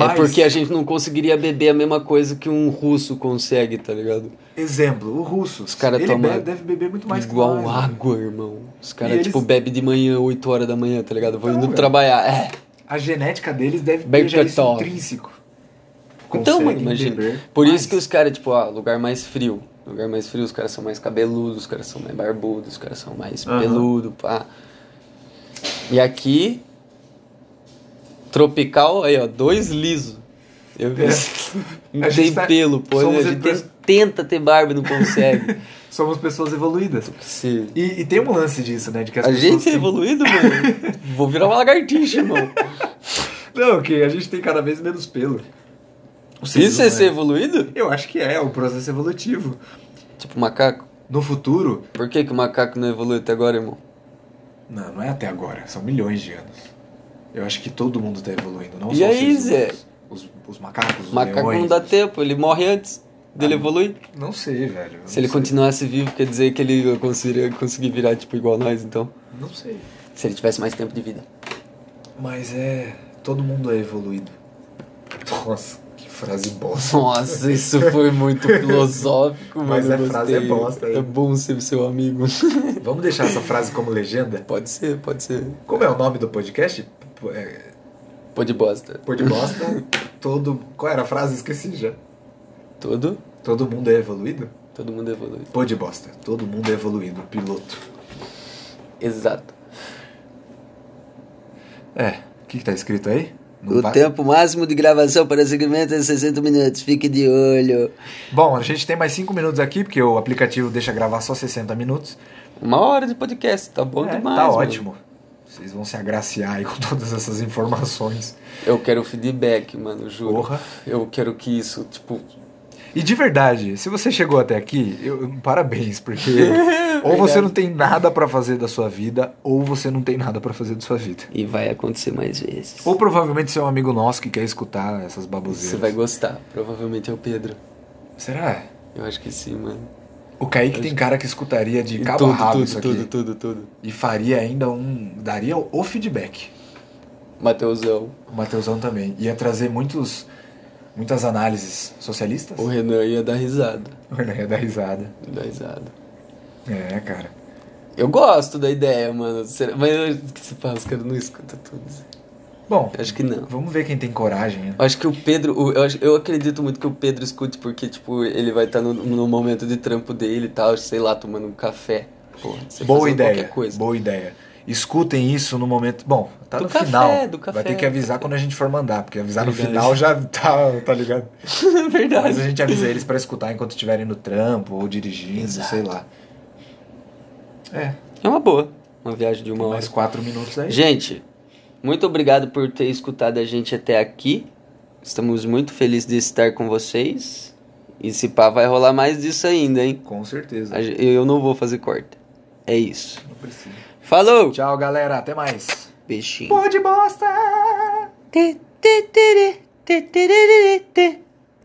S1: É porque a gente não conseguiria beber a mesma coisa que um russo consegue, tá ligado?
S2: Exemplo, o russo.
S1: Os cara
S2: ele
S1: toma
S2: bebe- deve beber muito mais que
S1: Igual um
S2: nós, né?
S1: água, irmão. Os
S2: E
S1: caras,
S2: eles-
S1: tipo, bebe de manhã, 8 horas da manhã, tá ligado? Vou
S2: Então,
S1: indo
S2: velho.
S1: trabalhar. É.
S2: A genética deles deve
S1: Bem
S2: ter já isso
S1: cut-off.
S2: intrínseco.
S1: Então, mano,
S2: Conseguem
S1: imagina.
S2: beber
S1: Por
S2: mais.
S1: isso que os caras, tipo, ah, lugar mais frio. Lugar mais frio, os caras são mais cabeludos, os caras são mais barbudos, os caras são mais
S2: Aham.
S1: peludo, pá. E aqui, tropical, aí, ó, dois lisos. Eu vi.
S2: É. A
S1: [LAUGHS] Não
S2: gente
S1: tem
S2: tá-
S1: pelo, pô. A
S2: somos
S1: gente
S2: empre-
S1: tenta ter barba e não
S2: [LAUGHS]
S1: consegue.
S2: Somos pessoas evoluídas.
S1: Se-
S2: E, e tem um lance disso, né? De que as
S1: A
S2: pessoas
S1: gente é
S2: têm-
S1: evoluído, mano. Vou virar uma lagartixa, irmão.
S2: Não, que a gente tem cada vez menos pelo. O ser
S1: Isso é
S2: humano.
S1: ser evoluído?
S2: Eu acho que é, é um processo evolutivo.
S1: Tipo, macaco.
S2: No futuro.
S1: Por que, que o macaco não evoluiu até agora, irmão?
S2: Não, não é até agora, são milhões de anos. Eu acho que todo mundo tá evoluindo, não
S1: E
S2: só os
S1: aí,
S2: seres
S1: Zé?
S2: humanos. Os, os macacos, os
S1: O macaco
S2: leões.
S1: não dá tempo, ele morre antes dele
S2: Ah,
S1: evoluir.
S2: Não sei, velho. eu
S1: Se
S2: não
S1: ele
S2: sei.
S1: continuasse vivo, quer dizer que ele conseguiria conseguir virar, tipo, igual nós, então.
S2: Não sei.
S1: Se ele tivesse mais tempo de vida.
S2: Mas é. Todo mundo é evoluído. Nossa, que Frase bosta.
S1: Nossa, isso foi
S2: [LAUGHS]
S1: muito filosófico, mano.
S2: Mas
S1: eu
S2: a frase é
S1: gostei.
S2: bosta, hein?
S1: É bom ser seu amigo. [LAUGHS]
S2: Vamos deixar essa frase como legenda?
S1: pode ser, pode ser.
S2: Como é o nome do podcast? P- é,
S1: Pô de bosta.
S2: Pôr de bosta. Todo. Qual era a frase? Esqueci já.
S1: Todo?
S2: Todo mundo é evoluído?
S1: Todo mundo evolui.
S2: Pôr de bosta. Todo mundo é evoluído. Piloto.
S1: Exato.
S2: É. O que, que tá escrito aí? Não tá?
S1: O
S2: vai-
S1: tempo máximo de gravação para o segmento é 60 minutos. Fique de olho.
S2: Bom, a gente tem mais 5 minutos aqui, porque o aplicativo deixa gravar só 60 minutos.
S1: Uma hora de podcast, tá bom
S2: É,
S1: demais.
S2: tá
S1: mano.
S2: ótimo. Vocês vão se agraciar aí com todas essas informações.
S1: Eu quero feedback, mano, juro.
S2: Porra.
S1: Eu quero que isso, tipo.
S2: E de verdade, se você chegou até aqui, eu- parabéns, porque
S1: [LAUGHS]
S2: ou você
S1: Verdade.
S2: não tem nada pra fazer da sua vida, ou você não tem nada pra fazer da sua vida.
S1: E vai acontecer mais vezes.
S2: Ou provavelmente você é um amigo nosso que quer escutar essas
S1: Você
S2: baboseiras.
S1: vai gostar. Provavelmente é o Pedro.
S2: Será?
S1: Eu acho que sim, mano.
S2: O Kaique tem cara que escutaria de
S1: E
S2: cabo a
S1: tudo,
S2: rabo
S1: tudo,
S2: isso aqui.
S1: tudo, tudo, tudo.
S2: E faria ainda um... daria o feedback.
S1: Mateusão,
S2: O Matheusão também. Ia trazer muitos... muitas análises socialistas.
S1: o Renan ia dar risada.
S2: O Renan [LAUGHS] ia dar risada.
S1: Ia Dar risada.
S2: É, cara.
S1: Eu gosto da ideia, mano. Será- Mas eu- que se fala, os caras não escutam tudo.
S2: Bom,
S1: Eu acho que não.
S2: vamos ver quem tem coragem, né?
S1: Eu acho que o Pedro, o- eu, acho- eu acredito muito que o Pedro escute, porque, tipo, ele vai estar no, no momento de trampo dele e tal, sei lá, tomando um café. Porra, você
S2: Boa
S1: fazendo
S2: ideia.
S1: Qualquer coisa.
S2: Boa ideia. Escutem isso no momento. Bom, tá
S1: Do
S2: no
S1: café,
S2: final.
S1: do
S2: Vai
S1: café.
S2: ter que avisar quando a gente for mandar, porque avisar no
S1: Verdade.
S2: final já tá,
S1: [LAUGHS]
S2: tá ligado? Mas a
S1: Verdade.
S2: gente avisa eles pra escutar enquanto estiverem no trampo ou dirigindo,
S1: Exato.
S2: sei lá. É,
S1: É uma boa. Uma viagem de uma hora.
S2: mais quatro minutos aí.
S1: Gente, muito obrigado por ter escutado a gente até aqui. Estamos muito felizes de estar com vocês. E se pá, vai rolar mais disso ainda, hein?
S2: Com certeza.
S1: A gen- Eu não vou fazer corte. É isso.
S2: Não precisa.
S1: Falou!
S2: Tchau, galera. Até mais.
S1: Beijinho.
S2: Pô de bosta!
S1: Tê, tê, tê, tê, tê, tê, tê, tê, tê.